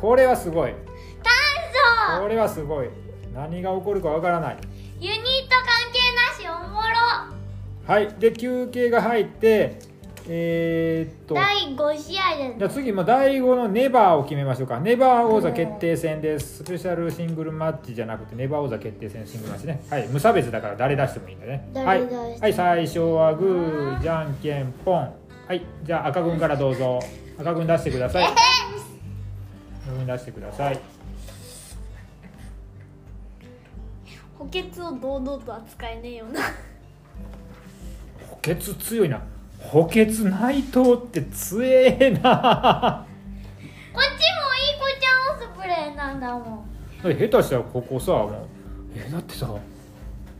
[SPEAKER 1] これはすごい
[SPEAKER 2] そう
[SPEAKER 1] これはすごい何が起こるかわからない
[SPEAKER 2] ユニット関係なし、おもろ
[SPEAKER 1] はいで休憩が入ってえーっと
[SPEAKER 2] 第5試合で
[SPEAKER 1] じゃあ次も第5のネバーを決めましょうかネバー王座決定戦ですスペシャルシングルマッチじゃなくてネバー王座決定戦シングルマッチねはい無差別だから誰出してもいいんだねは
[SPEAKER 2] 誰
[SPEAKER 1] い
[SPEAKER 2] 出しても
[SPEAKER 1] はい最初はグーじゃんけんポンはいじゃあ赤軍からどうぞ赤軍出してください赤軍出してください
[SPEAKER 4] 補欠を堂々と扱えねえよな
[SPEAKER 1] 補欠強いな補欠内藤って強えな
[SPEAKER 2] こっちもいい子ちゃんオスプレイなんだもん。
[SPEAKER 1] だって下手したらここさもうえだってさ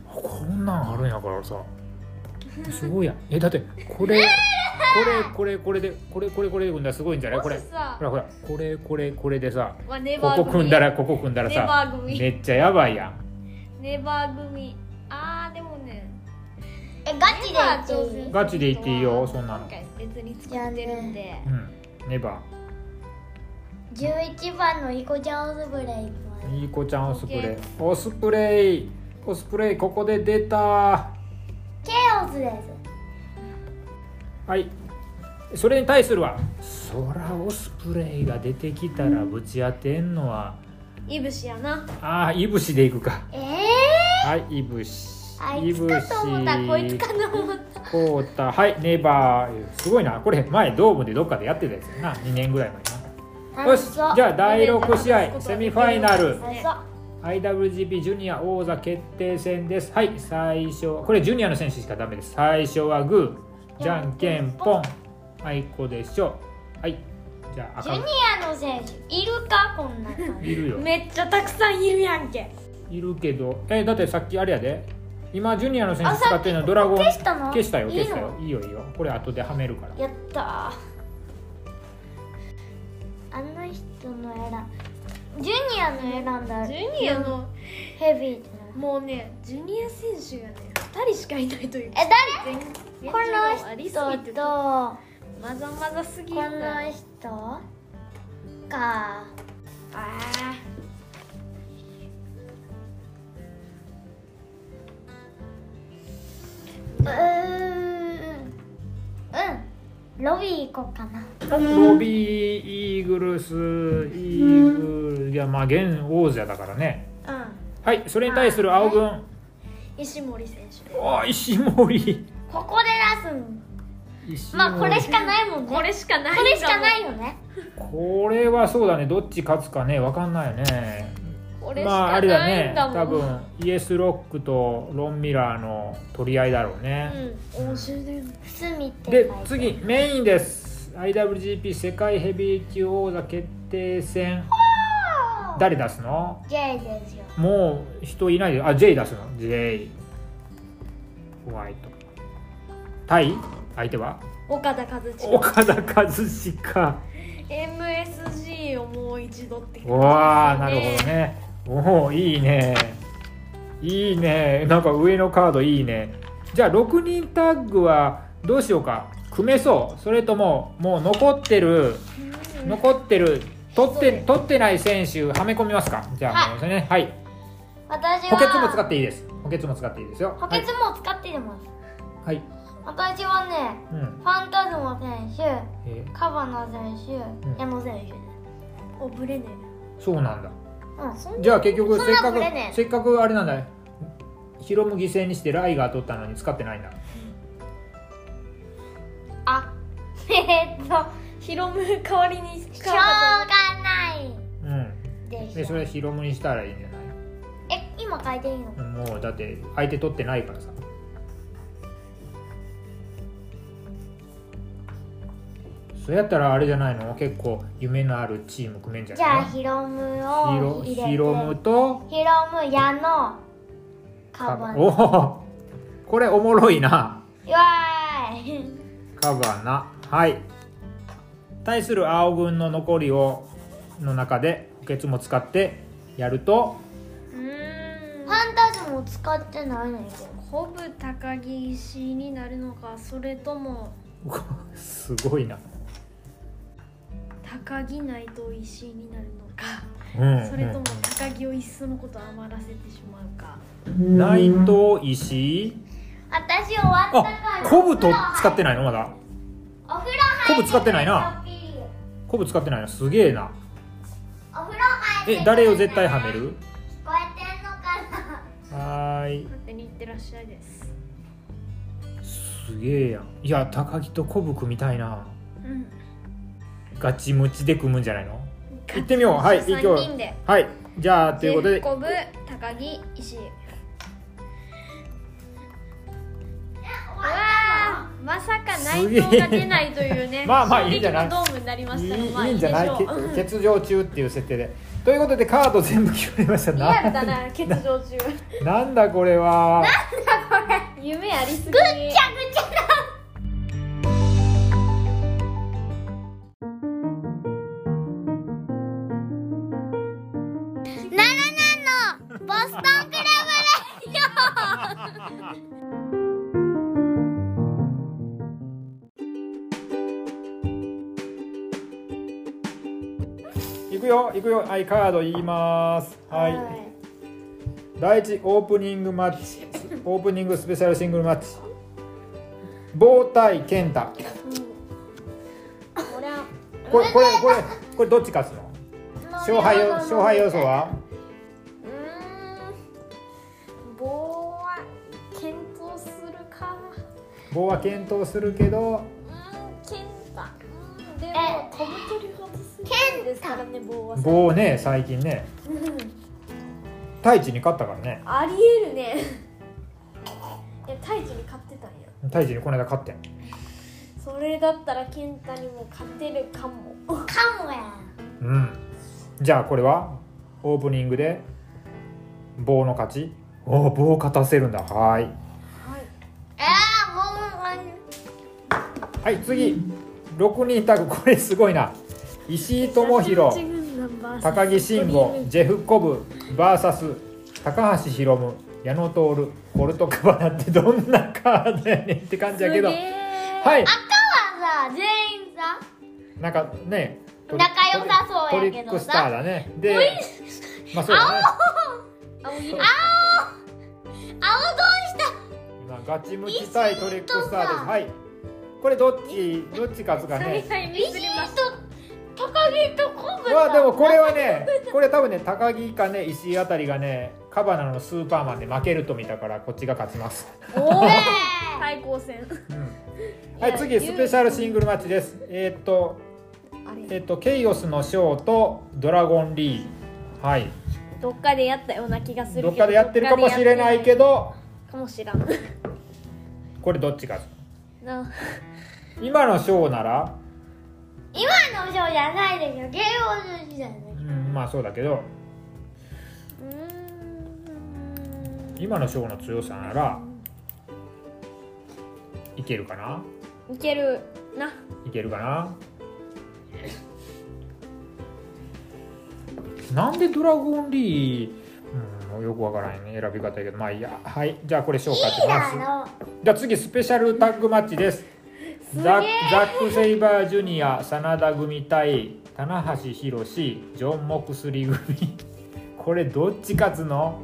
[SPEAKER 1] こんなんあるんやからさ すごいやんえだってこれこれこれこれでこれこれこれで組んだらすごいんじゃないこれ
[SPEAKER 4] もしさ
[SPEAKER 1] ほらほらこれこれこれでさ
[SPEAKER 4] まあネ
[SPEAKER 1] こ
[SPEAKER 4] バー
[SPEAKER 1] こ
[SPEAKER 4] 組
[SPEAKER 1] 組んだらここ組んだら
[SPEAKER 4] ネバ
[SPEAKER 1] さ
[SPEAKER 4] ー組
[SPEAKER 1] めっちゃやばいやん
[SPEAKER 4] ネバー組あーでもね
[SPEAKER 2] え、ガチで言っていい
[SPEAKER 4] ネバー挑戦する人は
[SPEAKER 1] ガチで言っていいよそんなの
[SPEAKER 4] 今回別に作ってるんで
[SPEAKER 1] うんネバ
[SPEAKER 2] 11番のイコちゃんオスプレイ行きます
[SPEAKER 1] ーいい子ちゃんオスプレイオスプレイオスプレイここで出た
[SPEAKER 2] ケオスです
[SPEAKER 1] はいそれに対するはそらオスプレイが出てきたらぶち当てんのは
[SPEAKER 4] イブシやな
[SPEAKER 1] ああいぶしでいくか
[SPEAKER 2] え
[SPEAKER 1] はい、いぶし。
[SPEAKER 2] あいつかと思ったこいつかと思った
[SPEAKER 1] こうた、はい、ネバー。すごいな、これ前ドームでどっかでやってたやつやな、2年ぐらい前な。よし、じゃあ第6試合セミファイナル
[SPEAKER 2] あそう
[SPEAKER 1] IWGP ジュニア王座決定戦です。はい、最初はこれジュニアの選手しかダメです。最初はグー、じゃんけんぽん、あいこでしょ。はい、じゃあ
[SPEAKER 2] ジ
[SPEAKER 1] 赤
[SPEAKER 2] ュニアの選手いるかこんな感じ
[SPEAKER 1] いるよ。
[SPEAKER 4] めっちゃたくさんいるやんけ
[SPEAKER 1] いるけど、え、だってさっきあれやで。今ジュニアの選手使ってるのはドラゴン
[SPEAKER 2] 消したの
[SPEAKER 1] 消したよ
[SPEAKER 2] いいの
[SPEAKER 1] 消したよいいよいいよこれ後ではめるから
[SPEAKER 2] やったーあの人の選んジュニアの選んだ
[SPEAKER 3] ジュニアの
[SPEAKER 2] ヘビーってな
[SPEAKER 3] もうねジュニア選手がね2人しかいないという
[SPEAKER 2] え誰
[SPEAKER 3] 現
[SPEAKER 2] こ
[SPEAKER 3] 状がありすぎ
[SPEAKER 2] の
[SPEAKER 3] て
[SPEAKER 2] 人と
[SPEAKER 3] まざまざすぎる
[SPEAKER 2] こ
[SPEAKER 3] んだ
[SPEAKER 2] の人か
[SPEAKER 3] あ
[SPEAKER 2] うーんうんロビー行こうかな
[SPEAKER 1] ロビーイーグルスイーグルいやまあ現王者だからね
[SPEAKER 3] ー
[SPEAKER 1] はいそれに対する青軍
[SPEAKER 3] うん石森選手
[SPEAKER 1] おー石 森
[SPEAKER 2] ここで出すん
[SPEAKER 1] 石森
[SPEAKER 2] まあこれしかないもんね
[SPEAKER 3] これしかないんだ
[SPEAKER 2] こ
[SPEAKER 3] もん
[SPEAKER 2] れしかないよね
[SPEAKER 1] これはそうだねどっち勝つかね分かんないよね
[SPEAKER 3] これし
[SPEAKER 1] まああ
[SPEAKER 3] か
[SPEAKER 1] れだ
[SPEAKER 3] ない
[SPEAKER 1] ね
[SPEAKER 3] んだもん、
[SPEAKER 1] 多分イエス・ロックとロン・ミラーの取り合いだろうね、
[SPEAKER 3] うん面白いね
[SPEAKER 2] 伏見って
[SPEAKER 1] で
[SPEAKER 2] 書いて
[SPEAKER 1] 次メインです IWGP 世界ヘビー級王座決定戦誰出すの
[SPEAKER 2] J ですよ
[SPEAKER 1] もう人いないであ J 出すの J ホワイト対相手は
[SPEAKER 3] 岡田和親
[SPEAKER 1] 岡田和志か
[SPEAKER 3] MSG をもう一度って感じですよね
[SPEAKER 1] わあなるほどねおおいいねいいねなんか上のカードいいねじゃあ6人タッグはどうしようか組めそうそれとももう残ってる
[SPEAKER 3] うん
[SPEAKER 1] 残ってる取って取ってない選手はめ込みますかじゃあ、
[SPEAKER 2] はい
[SPEAKER 1] もうねはい
[SPEAKER 2] 私は
[SPEAKER 1] 補欠も使っていいです補欠も使っていいですよ
[SPEAKER 2] 補欠も使っています、
[SPEAKER 1] はい、はい
[SPEAKER 2] 私はね
[SPEAKER 1] うん
[SPEAKER 2] ファンタズマ選手
[SPEAKER 1] え
[SPEAKER 2] カバナ選手、
[SPEAKER 1] うん
[SPEAKER 2] 矢野選手
[SPEAKER 3] おぶれね
[SPEAKER 1] ーそうなんだ
[SPEAKER 2] うんそん
[SPEAKER 1] じゃあ結局
[SPEAKER 2] そん
[SPEAKER 1] せっ
[SPEAKER 2] な
[SPEAKER 1] か
[SPEAKER 2] ぶれね
[SPEAKER 1] くせっかくあれなんだヒロム犠牲にしてライガー取ったのに使ってないんだ
[SPEAKER 2] あえーっと
[SPEAKER 3] ヒロム代わりに
[SPEAKER 2] しょう
[SPEAKER 3] カ
[SPEAKER 2] が
[SPEAKER 3] ー
[SPEAKER 2] ない
[SPEAKER 1] うん
[SPEAKER 2] で
[SPEAKER 1] で
[SPEAKER 2] し
[SPEAKER 1] そ
[SPEAKER 2] ょ
[SPEAKER 1] れヒロムにしたらいいんじゃない
[SPEAKER 2] え今書いていいの
[SPEAKER 1] うんもうだって相手取ってないからさそうやったらあれじゃないの結構夢のあるチーム組めんじゃ
[SPEAKER 2] じゃ
[SPEAKER 1] ない
[SPEAKER 2] あ
[SPEAKER 1] の
[SPEAKER 2] ヒロム
[SPEAKER 1] ヒ
[SPEAKER 2] を
[SPEAKER 1] ロ
[SPEAKER 2] 入れて
[SPEAKER 1] ヒロムと
[SPEAKER 2] ヒロム矢野カバナ
[SPEAKER 1] おおこれおもろいな
[SPEAKER 2] うわーい
[SPEAKER 1] カバナはい対する青軍の残りをの中で補欠も使ってやると
[SPEAKER 3] うーん
[SPEAKER 2] ファンタズムを使ってないのよ
[SPEAKER 3] コブ高木石井になるのかそれとも
[SPEAKER 1] うわすごいな、
[SPEAKER 3] 高木内藤石井になるのか
[SPEAKER 1] うん
[SPEAKER 3] それとも高木をいっそのこと余らせてしまうか
[SPEAKER 1] うん内藤石井
[SPEAKER 2] 私終わったから
[SPEAKER 1] あコブと使ってないのまだ
[SPEAKER 2] お風呂
[SPEAKER 1] コ
[SPEAKER 2] 入
[SPEAKER 1] ブ使ってないな
[SPEAKER 2] ピー
[SPEAKER 1] コブ使ってないのすげえな
[SPEAKER 2] お風呂入って
[SPEAKER 1] え誰を絶対はめ
[SPEAKER 2] 聞
[SPEAKER 1] る
[SPEAKER 2] こえてんのかな
[SPEAKER 1] はーい
[SPEAKER 3] 勝手にいってらっしゃいです
[SPEAKER 1] すげえやんいや高木とコブ組みたいな
[SPEAKER 3] うん
[SPEAKER 1] ガチムチで組むんじゃないの行ってみようはい行こう
[SPEAKER 3] 3人で
[SPEAKER 1] はいじゃあということで
[SPEAKER 3] コブ高木石井わあまさか内藤が出ないというね
[SPEAKER 1] まあまあいいんじゃない
[SPEAKER 3] 衝撃のドームになりま
[SPEAKER 1] いい
[SPEAKER 3] したがまあ
[SPEAKER 1] いいんじゃない
[SPEAKER 3] でしょううん
[SPEAKER 1] 欠欠場中っていう設定でということでカード全部決まりました
[SPEAKER 3] リアルだな欠場中
[SPEAKER 1] なんだこれは
[SPEAKER 3] 夢ありすぎ
[SPEAKER 2] ボストンクラブレ
[SPEAKER 1] いくよいくよはいカード言いますはい、第1オープニングマッチオープニングスペシャルシングルマッチ棒対健太
[SPEAKER 3] こりゃ
[SPEAKER 1] これこれこれこれどっち勝つの
[SPEAKER 2] ディオ
[SPEAKER 1] 勝敗よ勝敗予想は
[SPEAKER 3] うーん棒は検討するか
[SPEAKER 1] 棒は検討するけど
[SPEAKER 3] うーん検査うんで
[SPEAKER 2] え
[SPEAKER 3] も飛ぶ取り外するんですからね棒は
[SPEAKER 1] 棒ね最近ね太一に勝ったからね
[SPEAKER 3] ありえるね いや太一に勝ってたんや
[SPEAKER 1] 太一にこの間勝ってん
[SPEAKER 3] それだったら健太にも勝てるかも
[SPEAKER 2] かもや
[SPEAKER 1] うんじゃあこれはオープニングで棒の勝ちおお棒勝たせるんだはーい
[SPEAKER 2] えー、もう
[SPEAKER 1] はい次6人タグこれすごいな石井智弘高木慎吾ジェフ・コブ VS 高橋宏夢矢野徹ポルトカバナってどんなカードやねんって感じやけどはい
[SPEAKER 2] さ全員さ
[SPEAKER 1] なんかねトリ
[SPEAKER 2] 仲良さそうやけ
[SPEAKER 1] トリッ
[SPEAKER 2] ど
[SPEAKER 1] クスター
[SPEAKER 2] さ
[SPEAKER 1] だねでまあそうだねそう
[SPEAKER 2] 青どうした
[SPEAKER 1] まあガチムチ対トリックスターですはいこれどっちどっち勝つかね
[SPEAKER 2] ビジーと高木とコブ
[SPEAKER 1] まあでも これはねこれ多分ね高木かね石井あたりがねカバナのスーパーマンで負けると見たからこっちが勝ちます、
[SPEAKER 4] おお
[SPEAKER 2] え
[SPEAKER 4] 対抗戦
[SPEAKER 1] うんはい
[SPEAKER 4] いや
[SPEAKER 1] 次スペシャルシングルマッチですえーっと
[SPEAKER 4] あ
[SPEAKER 1] え
[SPEAKER 4] れ
[SPEAKER 1] ーっとケイオスのショーとドラゴンリーはい
[SPEAKER 4] どっかでやったような気がするけ
[SPEAKER 1] どっかでやってるかもしれないけ
[SPEAKER 4] どど
[SPEAKER 1] ど
[SPEAKER 4] っかでやってないかもし
[SPEAKER 1] これどっち勝つ
[SPEAKER 4] らんな
[SPEAKER 1] 今のショーなら
[SPEAKER 2] 今の賞じゃないですよ芸能人じゃない
[SPEAKER 1] うんまあそうだけど
[SPEAKER 4] うーん
[SPEAKER 1] 今のショーの強さならいけるかない
[SPEAKER 4] けるない
[SPEAKER 1] けるかななんでドラゴンリーうんもうよくわからないね選び方やけどまあいいやはいじゃあこれ紹介します
[SPEAKER 2] あ
[SPEAKER 1] じゃあ次スペシャルタッグマッチですザザック・セイバージュニア真田組対棚橋宏ジョン・モクスリー組 これどっち勝つの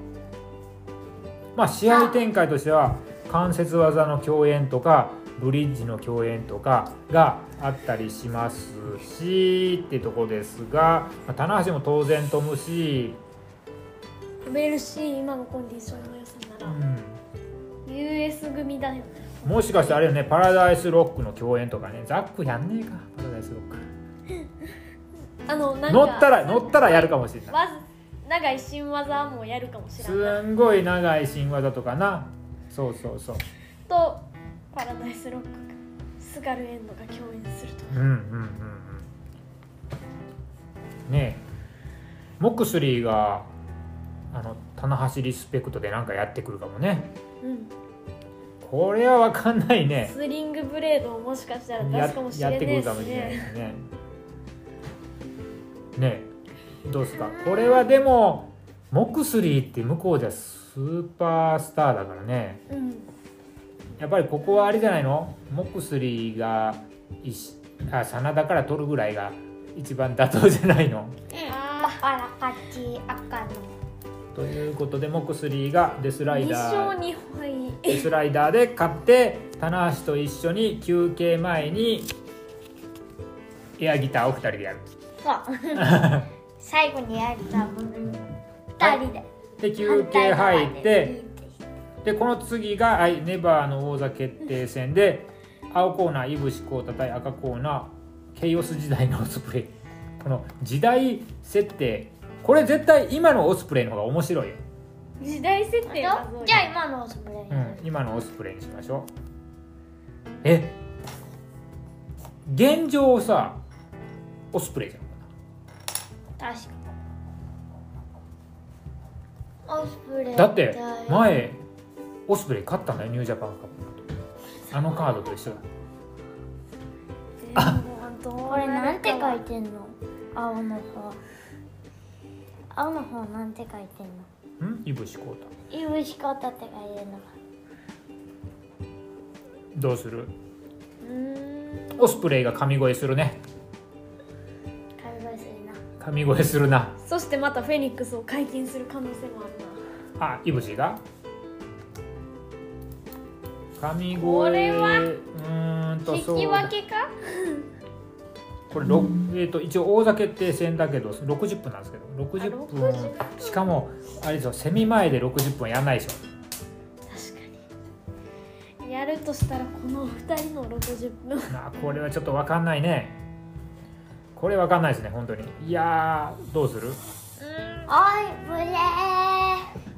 [SPEAKER 1] まあ試合展開としては関節技の共演とかブリッジの共演とかがあったりしますしってとこですが、まあ、棚橋も当然飛ぶし、
[SPEAKER 4] 飛べるし今のコンディションの良さ
[SPEAKER 1] う
[SPEAKER 4] なら
[SPEAKER 1] ん、
[SPEAKER 4] US 組だよね
[SPEAKER 1] もしかしてあれよねパラダイスロックの共演とかねザックやんねえかパラダイスロック。
[SPEAKER 4] あのなんか
[SPEAKER 1] 乗ったら乗ったらやるかもしれない
[SPEAKER 4] わず長い新技もやるかもしれない
[SPEAKER 1] すんごい長い新技とかなそうそうそう
[SPEAKER 4] とパラダイスロックかスガルエンドが共演すると
[SPEAKER 1] うんうんうんうんねえモックスリーがあの棚橋リスペクトでなんかやってくるかもね
[SPEAKER 4] うん
[SPEAKER 1] これはわかんないね
[SPEAKER 4] スリングブレードをもしかしたら出
[SPEAKER 1] や
[SPEAKER 4] すかもしれ
[SPEAKER 1] や
[SPEAKER 4] な
[SPEAKER 1] っ
[SPEAKER 4] い
[SPEAKER 1] てくる
[SPEAKER 4] で
[SPEAKER 1] か
[SPEAKER 4] す
[SPEAKER 1] もしれない
[SPEAKER 4] ね
[SPEAKER 1] ねねえどうですかこれはでもモックスリーって向こうじゃスーパースターだからね
[SPEAKER 4] うん
[SPEAKER 1] やっぱりここはあれじゃないのモクスリーが石あ真田から取るぐらいが一番妥当じゃないの
[SPEAKER 2] らかちあかの
[SPEAKER 1] ということでモクスリーがデスライ
[SPEAKER 4] 2
[SPEAKER 1] ダ
[SPEAKER 4] 勝
[SPEAKER 1] ー
[SPEAKER 4] 2敗
[SPEAKER 1] デスライダーで勝って棚橋と一緒に休憩前にエアギターを2人でやる
[SPEAKER 2] そう最後にやったもの二人で
[SPEAKER 1] で休憩入っ
[SPEAKER 2] 反対側
[SPEAKER 1] て
[SPEAKER 2] で
[SPEAKER 1] でこの次が、はい、ネバーの王座決定戦で青コーナー井伏浩太対赤コーナーケイオス時代のオスプレイこの時代設定これ絶対今のオスプレイの方が面白いよ、
[SPEAKER 4] 時代設定
[SPEAKER 2] じ
[SPEAKER 4] がすごい
[SPEAKER 2] ゃあ今のおすすめ
[SPEAKER 1] うん、今のオスプレイにしましょうえ現状さオスプレイじゃん
[SPEAKER 2] 確かオスプレイ
[SPEAKER 1] だって前オスプレイ勝ったんだよニュージャパンカップあのカードと一緒だ
[SPEAKER 2] これなんて書い
[SPEAKER 4] て
[SPEAKER 2] てんの青の方青の方なんて書いてんの
[SPEAKER 1] ん井伏浩太
[SPEAKER 2] いぶし方って書いてんの
[SPEAKER 1] どうする
[SPEAKER 4] うーん
[SPEAKER 1] オスプレイが神声するね
[SPEAKER 2] 会話するな
[SPEAKER 1] 神声するな
[SPEAKER 4] そしてまたフェニックスを解禁する可能性もあるな
[SPEAKER 1] あイブシが神声
[SPEAKER 4] これは
[SPEAKER 1] うーんと
[SPEAKER 4] 引
[SPEAKER 1] そう
[SPEAKER 4] き分けか
[SPEAKER 1] これ、ろえー、と一応王座決定戦だけど60分なんですけど60分
[SPEAKER 4] あ60
[SPEAKER 1] しかもあれですよセミ前で60分やんないでしょ
[SPEAKER 4] 確かにやるとしたらこの2人の60分
[SPEAKER 1] なあこれはちょっとわかんないねこれわかんないですね本当にいやーどうする
[SPEAKER 2] おいぶれ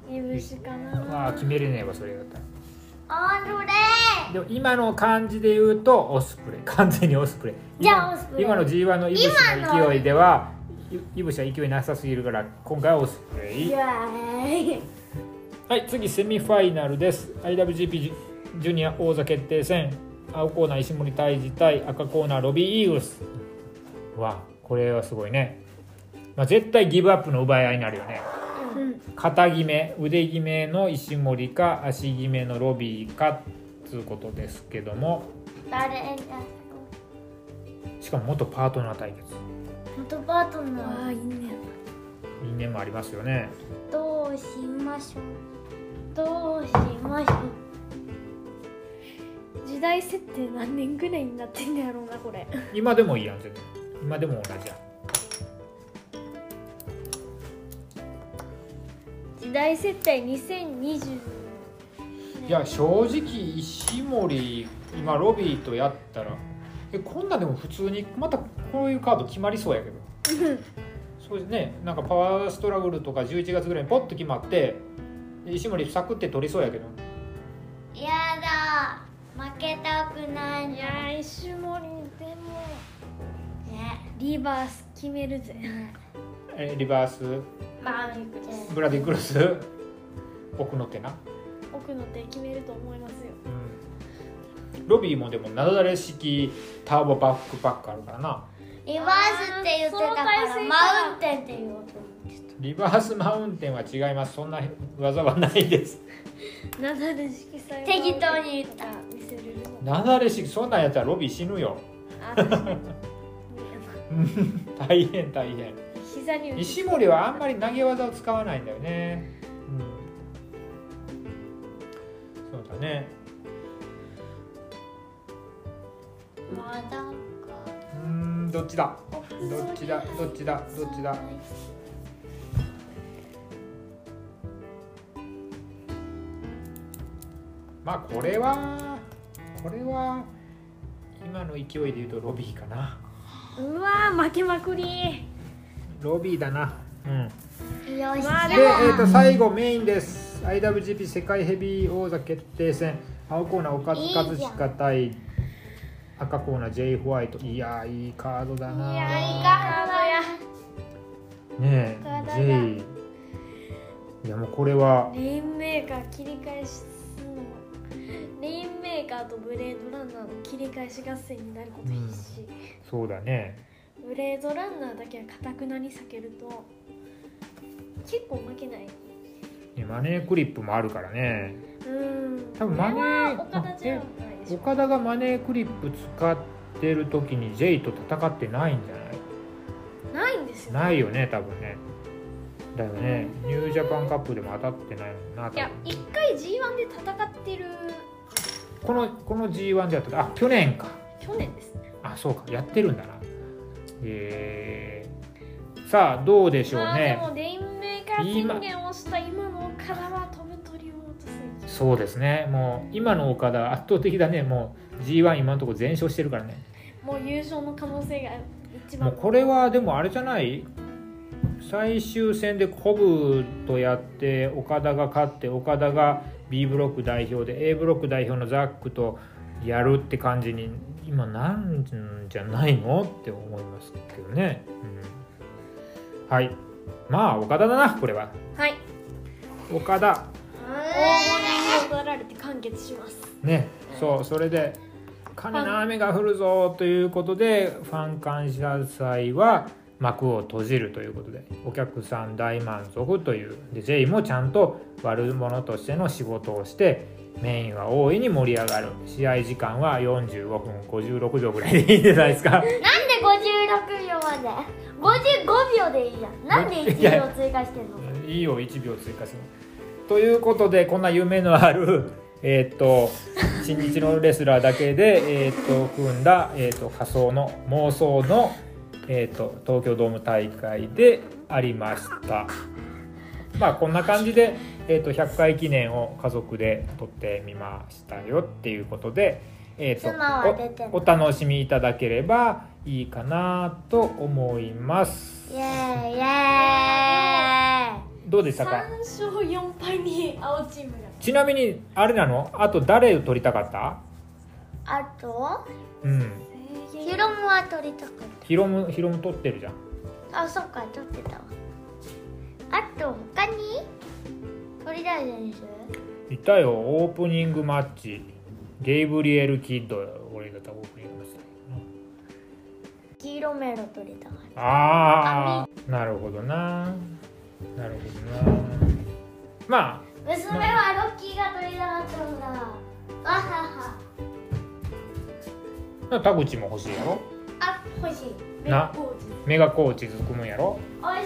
[SPEAKER 2] ー
[SPEAKER 4] いぶしかな
[SPEAKER 1] あー決めれねえわそれだったら
[SPEAKER 2] おぶれ
[SPEAKER 1] でも今の感じで言うとオスプレイ完全にオスプレイ
[SPEAKER 2] じゃあ
[SPEAKER 1] 今
[SPEAKER 2] オスプレイ
[SPEAKER 1] 今の G1 のイブシの勢いではいイブシは勢いなさすぎるから今回はオスプレイ
[SPEAKER 2] ーー
[SPEAKER 1] はい次セミファイナルです IWGP ジュジュニア王座決定戦青コーナー石森泰治対赤コーナーロビー・イーグルスはこれはすごいね、まあ、絶対ギブアップの奪い合いになるよね
[SPEAKER 3] うん
[SPEAKER 1] 肩決め腕決めの石森か足決めのロビーかっつうことですけども
[SPEAKER 2] 誰が
[SPEAKER 1] しかも元パートナー対決
[SPEAKER 2] 元パートナ
[SPEAKER 3] ああ
[SPEAKER 2] ー
[SPEAKER 3] いいね
[SPEAKER 1] 因縁もありますよね
[SPEAKER 2] どうしましょうどうしましょう
[SPEAKER 3] 時代設定何年ぐらいになってんだやろうなこれ
[SPEAKER 1] 今でもいいやん全然今でも同じやん
[SPEAKER 3] 時代設定2020
[SPEAKER 1] いや正直石森今ロビーとやったらえこんなでも普通にまたこういうカード決まりそうやけどそうですねなんかパワーストラグルとか11月ぐらいにポッと決まってで石森サクって取りそうやけど
[SPEAKER 2] やだ負けたくないじゃん
[SPEAKER 3] 来週もにでも
[SPEAKER 2] ね
[SPEAKER 3] リバース決めるぜ
[SPEAKER 1] えリバース
[SPEAKER 2] バーミクです
[SPEAKER 1] ブラディクロス奥の手な、
[SPEAKER 3] 奥の手決めると思いますよ
[SPEAKER 1] うん、ロビーもでもなだれ式ターボバックパックあるからな
[SPEAKER 2] リバースって言ってたからマウンテンって言おうと思ってた
[SPEAKER 1] リバースマウンテンは違いますそんな技はないです
[SPEAKER 3] 七で色彩を
[SPEAKER 2] 適当に言った
[SPEAKER 3] 見せれるの
[SPEAKER 1] なだれ式そんなんやったらロビー死ぬよ
[SPEAKER 3] あ確かに
[SPEAKER 1] うん大変大変
[SPEAKER 3] 膝に打ち
[SPEAKER 1] 石森はあんまり投げ技を使わないんだよね、うん、そうだね
[SPEAKER 2] まだか
[SPEAKER 1] うーんどっちだどっちだどっちだどっちだまあこれはこれは今の勢いで言うとロビーかな
[SPEAKER 3] うわー負けまくり
[SPEAKER 1] ロビーだなうん
[SPEAKER 2] よしじ
[SPEAKER 3] まあ
[SPEAKER 1] で、
[SPEAKER 3] で
[SPEAKER 1] え
[SPEAKER 2] ゃ
[SPEAKER 1] ー、と最後メインです IWGP 世界ヘビー王座決定戦青コーナー岡津和親対赤コーナー J ホワイトいやーいいカードだ
[SPEAKER 2] あ
[SPEAKER 1] ない
[SPEAKER 2] やいい
[SPEAKER 3] ー
[SPEAKER 2] か
[SPEAKER 3] ド
[SPEAKER 2] や
[SPEAKER 1] ね
[SPEAKER 2] カードだ
[SPEAKER 1] え J いやもうこれは
[SPEAKER 3] レインメーカー切り返しすのレインメーカーとブレードランナーの切り返し合戦になること必至、
[SPEAKER 1] そうだね
[SPEAKER 3] ブレードランナーだけはかたくなに避けると結構負けない
[SPEAKER 1] ねマネークリップもあるからね
[SPEAKER 3] うん
[SPEAKER 1] 多分マネー
[SPEAKER 3] 岡田じゃないでしょ
[SPEAKER 1] 岡田がマネークリップ使ってる時に J と戦ってないんじゃない
[SPEAKER 3] ないんですよ
[SPEAKER 1] ないよね多分ねだよねニュージャパンカップでも当たってないもんな多
[SPEAKER 3] いや
[SPEAKER 1] 分
[SPEAKER 3] 一回 G1 で戦ってる
[SPEAKER 1] このこの G1 でやってたあ去年か
[SPEAKER 3] 去年ですね
[SPEAKER 1] あそうかやってるんだなえー、さあどうでしょう
[SPEAKER 3] まあで
[SPEAKER 1] ね
[SPEAKER 3] もレインメーカー宣言をした今の岡田は飛ぶ鳥を落とす
[SPEAKER 1] そうですねもう今の岡田圧倒的だねもう G1 今のところ全勝してるからね
[SPEAKER 3] もう優勝の可能性が一
[SPEAKER 1] も
[SPEAKER 3] 番
[SPEAKER 1] うこれはでもあれじゃない最終戦でコブとやって岡田が勝って岡田が B ブロック代表で A ブロック代表のザックとやるって感じに今なんじゃないのって思いますけどね、うんはいまあ岡田だなこれは
[SPEAKER 3] はい
[SPEAKER 1] 岡田
[SPEAKER 3] 大盛りに踊られて完結します
[SPEAKER 1] ねそうそれで「カニの雨が降るぞ」ということでファン感謝祭は幕を閉じるということでお客さん大満足というで J もちゃんと悪者としての仕事をしてメインは大いに盛り上がる試合時間は45分56秒ぐらいでいいんじゃないですか
[SPEAKER 2] なんで56秒まで55秒でいいじゃんなんで
[SPEAKER 1] いや
[SPEAKER 2] 1秒追加してんの
[SPEAKER 1] いいよ1秒追加するということでこんな夢のある えーっと新日のレスラーだけで、えーっと組んだ、えーっと仮想の妄想の、えーっと東京ドーム大会でありましたまあこんな感じで、えーっと100回記念を家族で撮ってみましたよっていうことで、えーっと
[SPEAKER 2] 妻は出てない
[SPEAKER 1] おお楽しみいただければいいかなと思います
[SPEAKER 2] イエーイイエーイ
[SPEAKER 1] どうでした
[SPEAKER 3] 3
[SPEAKER 1] か
[SPEAKER 3] 勝4敗に青チームが
[SPEAKER 1] ちなみにあれなのあと誰を取りたかった
[SPEAKER 2] あと
[SPEAKER 1] うん
[SPEAKER 2] ヒロムは取りたかっ
[SPEAKER 1] ヒロムヒロム取ってるじゃん
[SPEAKER 2] たあそっか取ってたわあと他に取りたい選手
[SPEAKER 1] いたよオープニングマッチゲイブリエル・キッド俺だったらオープニングマッチだ
[SPEAKER 2] 黄色メロ取れたから
[SPEAKER 1] ああなるほどななるほどなま
[SPEAKER 2] 娘はロッキーが取りたかったんだわはは
[SPEAKER 1] あ田口も欲しいやろ
[SPEAKER 2] あ欲しい
[SPEAKER 1] な
[SPEAKER 2] コーチ
[SPEAKER 1] メガコーチ組むやろ
[SPEAKER 2] おいしい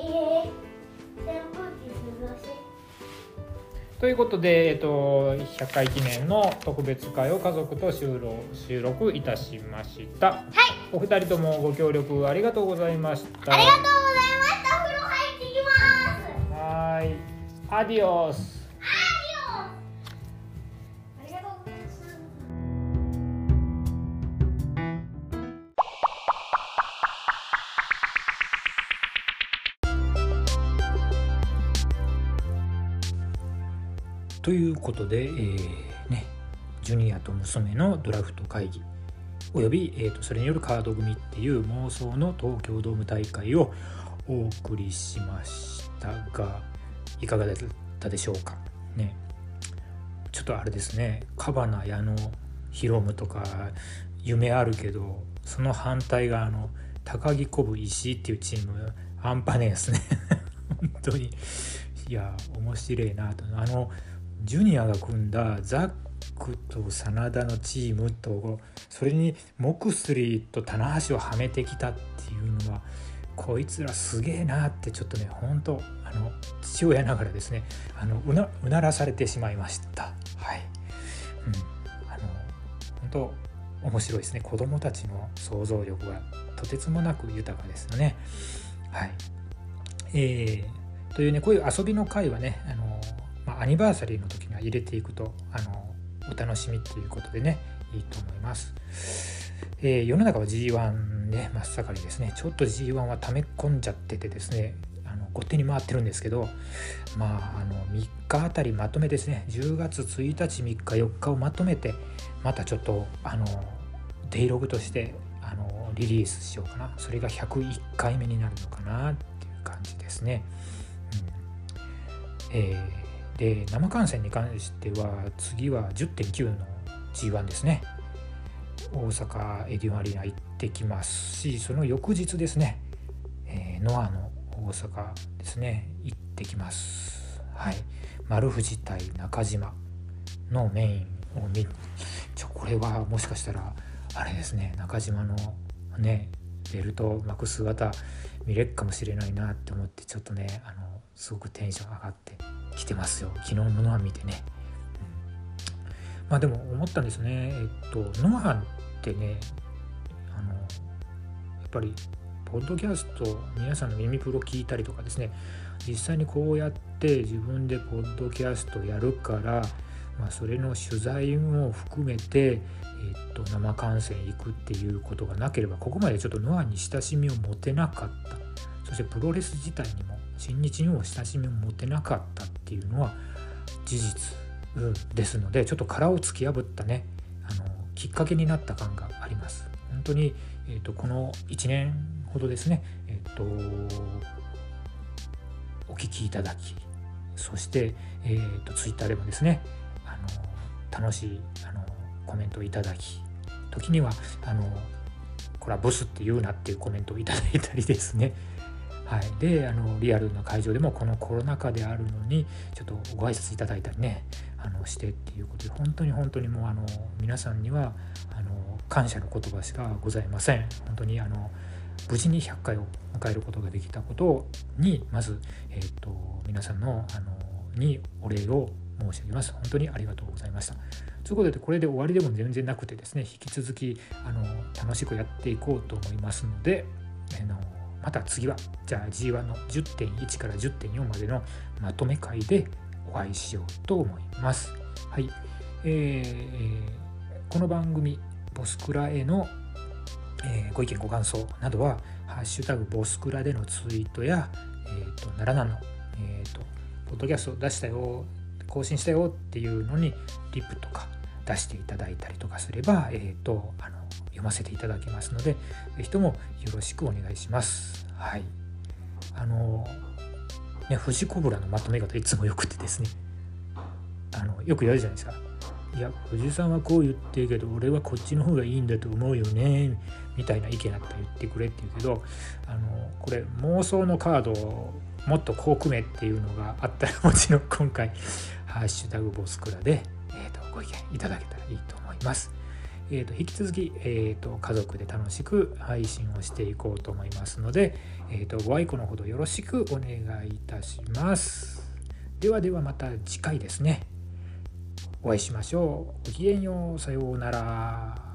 [SPEAKER 2] えー、扇風機涼しい
[SPEAKER 1] ということで、えっと、100回記念の特別会を家族と収録収録いたしましたはいお二人ともご協力ありがとうございましたあり
[SPEAKER 2] あり
[SPEAKER 1] が
[SPEAKER 2] がとうございましたお風呂入ってきます
[SPEAKER 1] とうはーいアディオス
[SPEAKER 2] ありがとうございました
[SPEAKER 1] ということで、えーね、ジュニアと娘のドラフト会議および、えーとそれによるカード組っていう妄想の東京ドーム大会をお送りしましたがいかがだったでしょうかねちょっとあれですねカバナ矢野ヒロムとか夢あるけどその反対側の高木コブ石井っていうチーム半端ねえですね 本当にいや面白いなとあのジュニアが組んだザックと真田のチームとそれにモクスリーと棚橋をはめてきたっていうのはこいつらすげえなってちょっとね本当あの父親ながらですねあのうなうならされてしまいましたはい、うん、あの本当面白いですね子供たちの想像力がとてつもなく豊かですよねはいえー、というねこういう遊びの会はねあの、まあ、アニバーサリーの時には入れていくとあのお楽しみということでねいいと思います、えー世の中は G1 ね真っ盛りですねちょっと G1 は溜め込んじゃっててですねあの後手に回ってるんですけどまああの3日あたりまとめですね10月1日3日4日をまとめてまたちょっとあのデイログとしてあのリリースしようかなそれが101回目になるのかなっていう感じですね。うんえーで生観戦に関しては次は10.9の G1 ですね大阪エディオンアリーナ行ってきますしその翌日ですね、えーノアの大阪ですね行ってきますはい丸藤対中島のメインを見るちょこれはもしかしたらあれですね中島のねベルト巻く姿見れるかもしれないなって思ってちょっとねあのすごくテンション上がってきてますよ昨日のノア見てね、うんまあでも思ったんですねえっとノアってねあのやっぱりポッドキャスト皆さんの耳プロ聞いたりとかですね実際にこうやって自分でポッドキャストやるから、まあ、それの取材も含めて、えっと、生観戦行くっていうことがなければここまでちょっとノアに親しみを持てなかったそしてプロレス自体にも新日にも親しみを持てなかったっていうのは事実うんですのでちょっと殻を突き破ったねあのきっかけになった感があります。本当に、えっとこの1年ほどですね、えっとお聞きいただきそして、えー、とツイッターでもですねあの楽しいあのコメントをいただき時にはあのこれはブスって言うなっていうコメントをいただいたりですね はい、であのリアルな会場でもこのコロナ禍であるのにちょっとご挨拶いただいたりねあのしてっていうことで本当に本当にもうあの皆さんにはあの感謝の言葉しかございません本当にあの無事に100回を迎えることができたことにまず、えっと皆さんのあのにお礼を申し上げます本当にありがとうございましたということでこれで終わりでも全然なくてですね引き続きあの楽しくやっていこうと思いますのであのまた次はじゃあ G1 の10.1から10.4までのまとめ会でお会いしようと思います。はい、えーえーこの番組「ボスクラ」への、えーご意見ご感想などは「ハッシュタグボスクラ」でのツイートや、えー、と奈良南の、えーと「ポッドキャスト出したよ更新したよ」っていうのにリップとか出していただいたりとかすれば、えー、とあの読ませていただきますのでぜひともよろしくお願いします。はい。あの、ね、富士コブラのまとめ方いつもよくてですね、あの、よくやるじゃないですか。いや藤井さんはこう言ってるけど俺はこっちの方がいいんだと思うよねみたいな意見あったら言ってくれって言うけどあのこれ妄想のカードをもっとこう組めっていうのがあったらもちろん今回「ハッシュタグボスクラで」えーとご意見いただけたらいいと思います。えー、と引き続き、えー、と家族で楽しく配信をしていこうと思いますので、えー、とご愛顧のほどよろしくお願いいたします。ではではまた次回ですね。お会いしましょう。ごきげんよう。さようなら。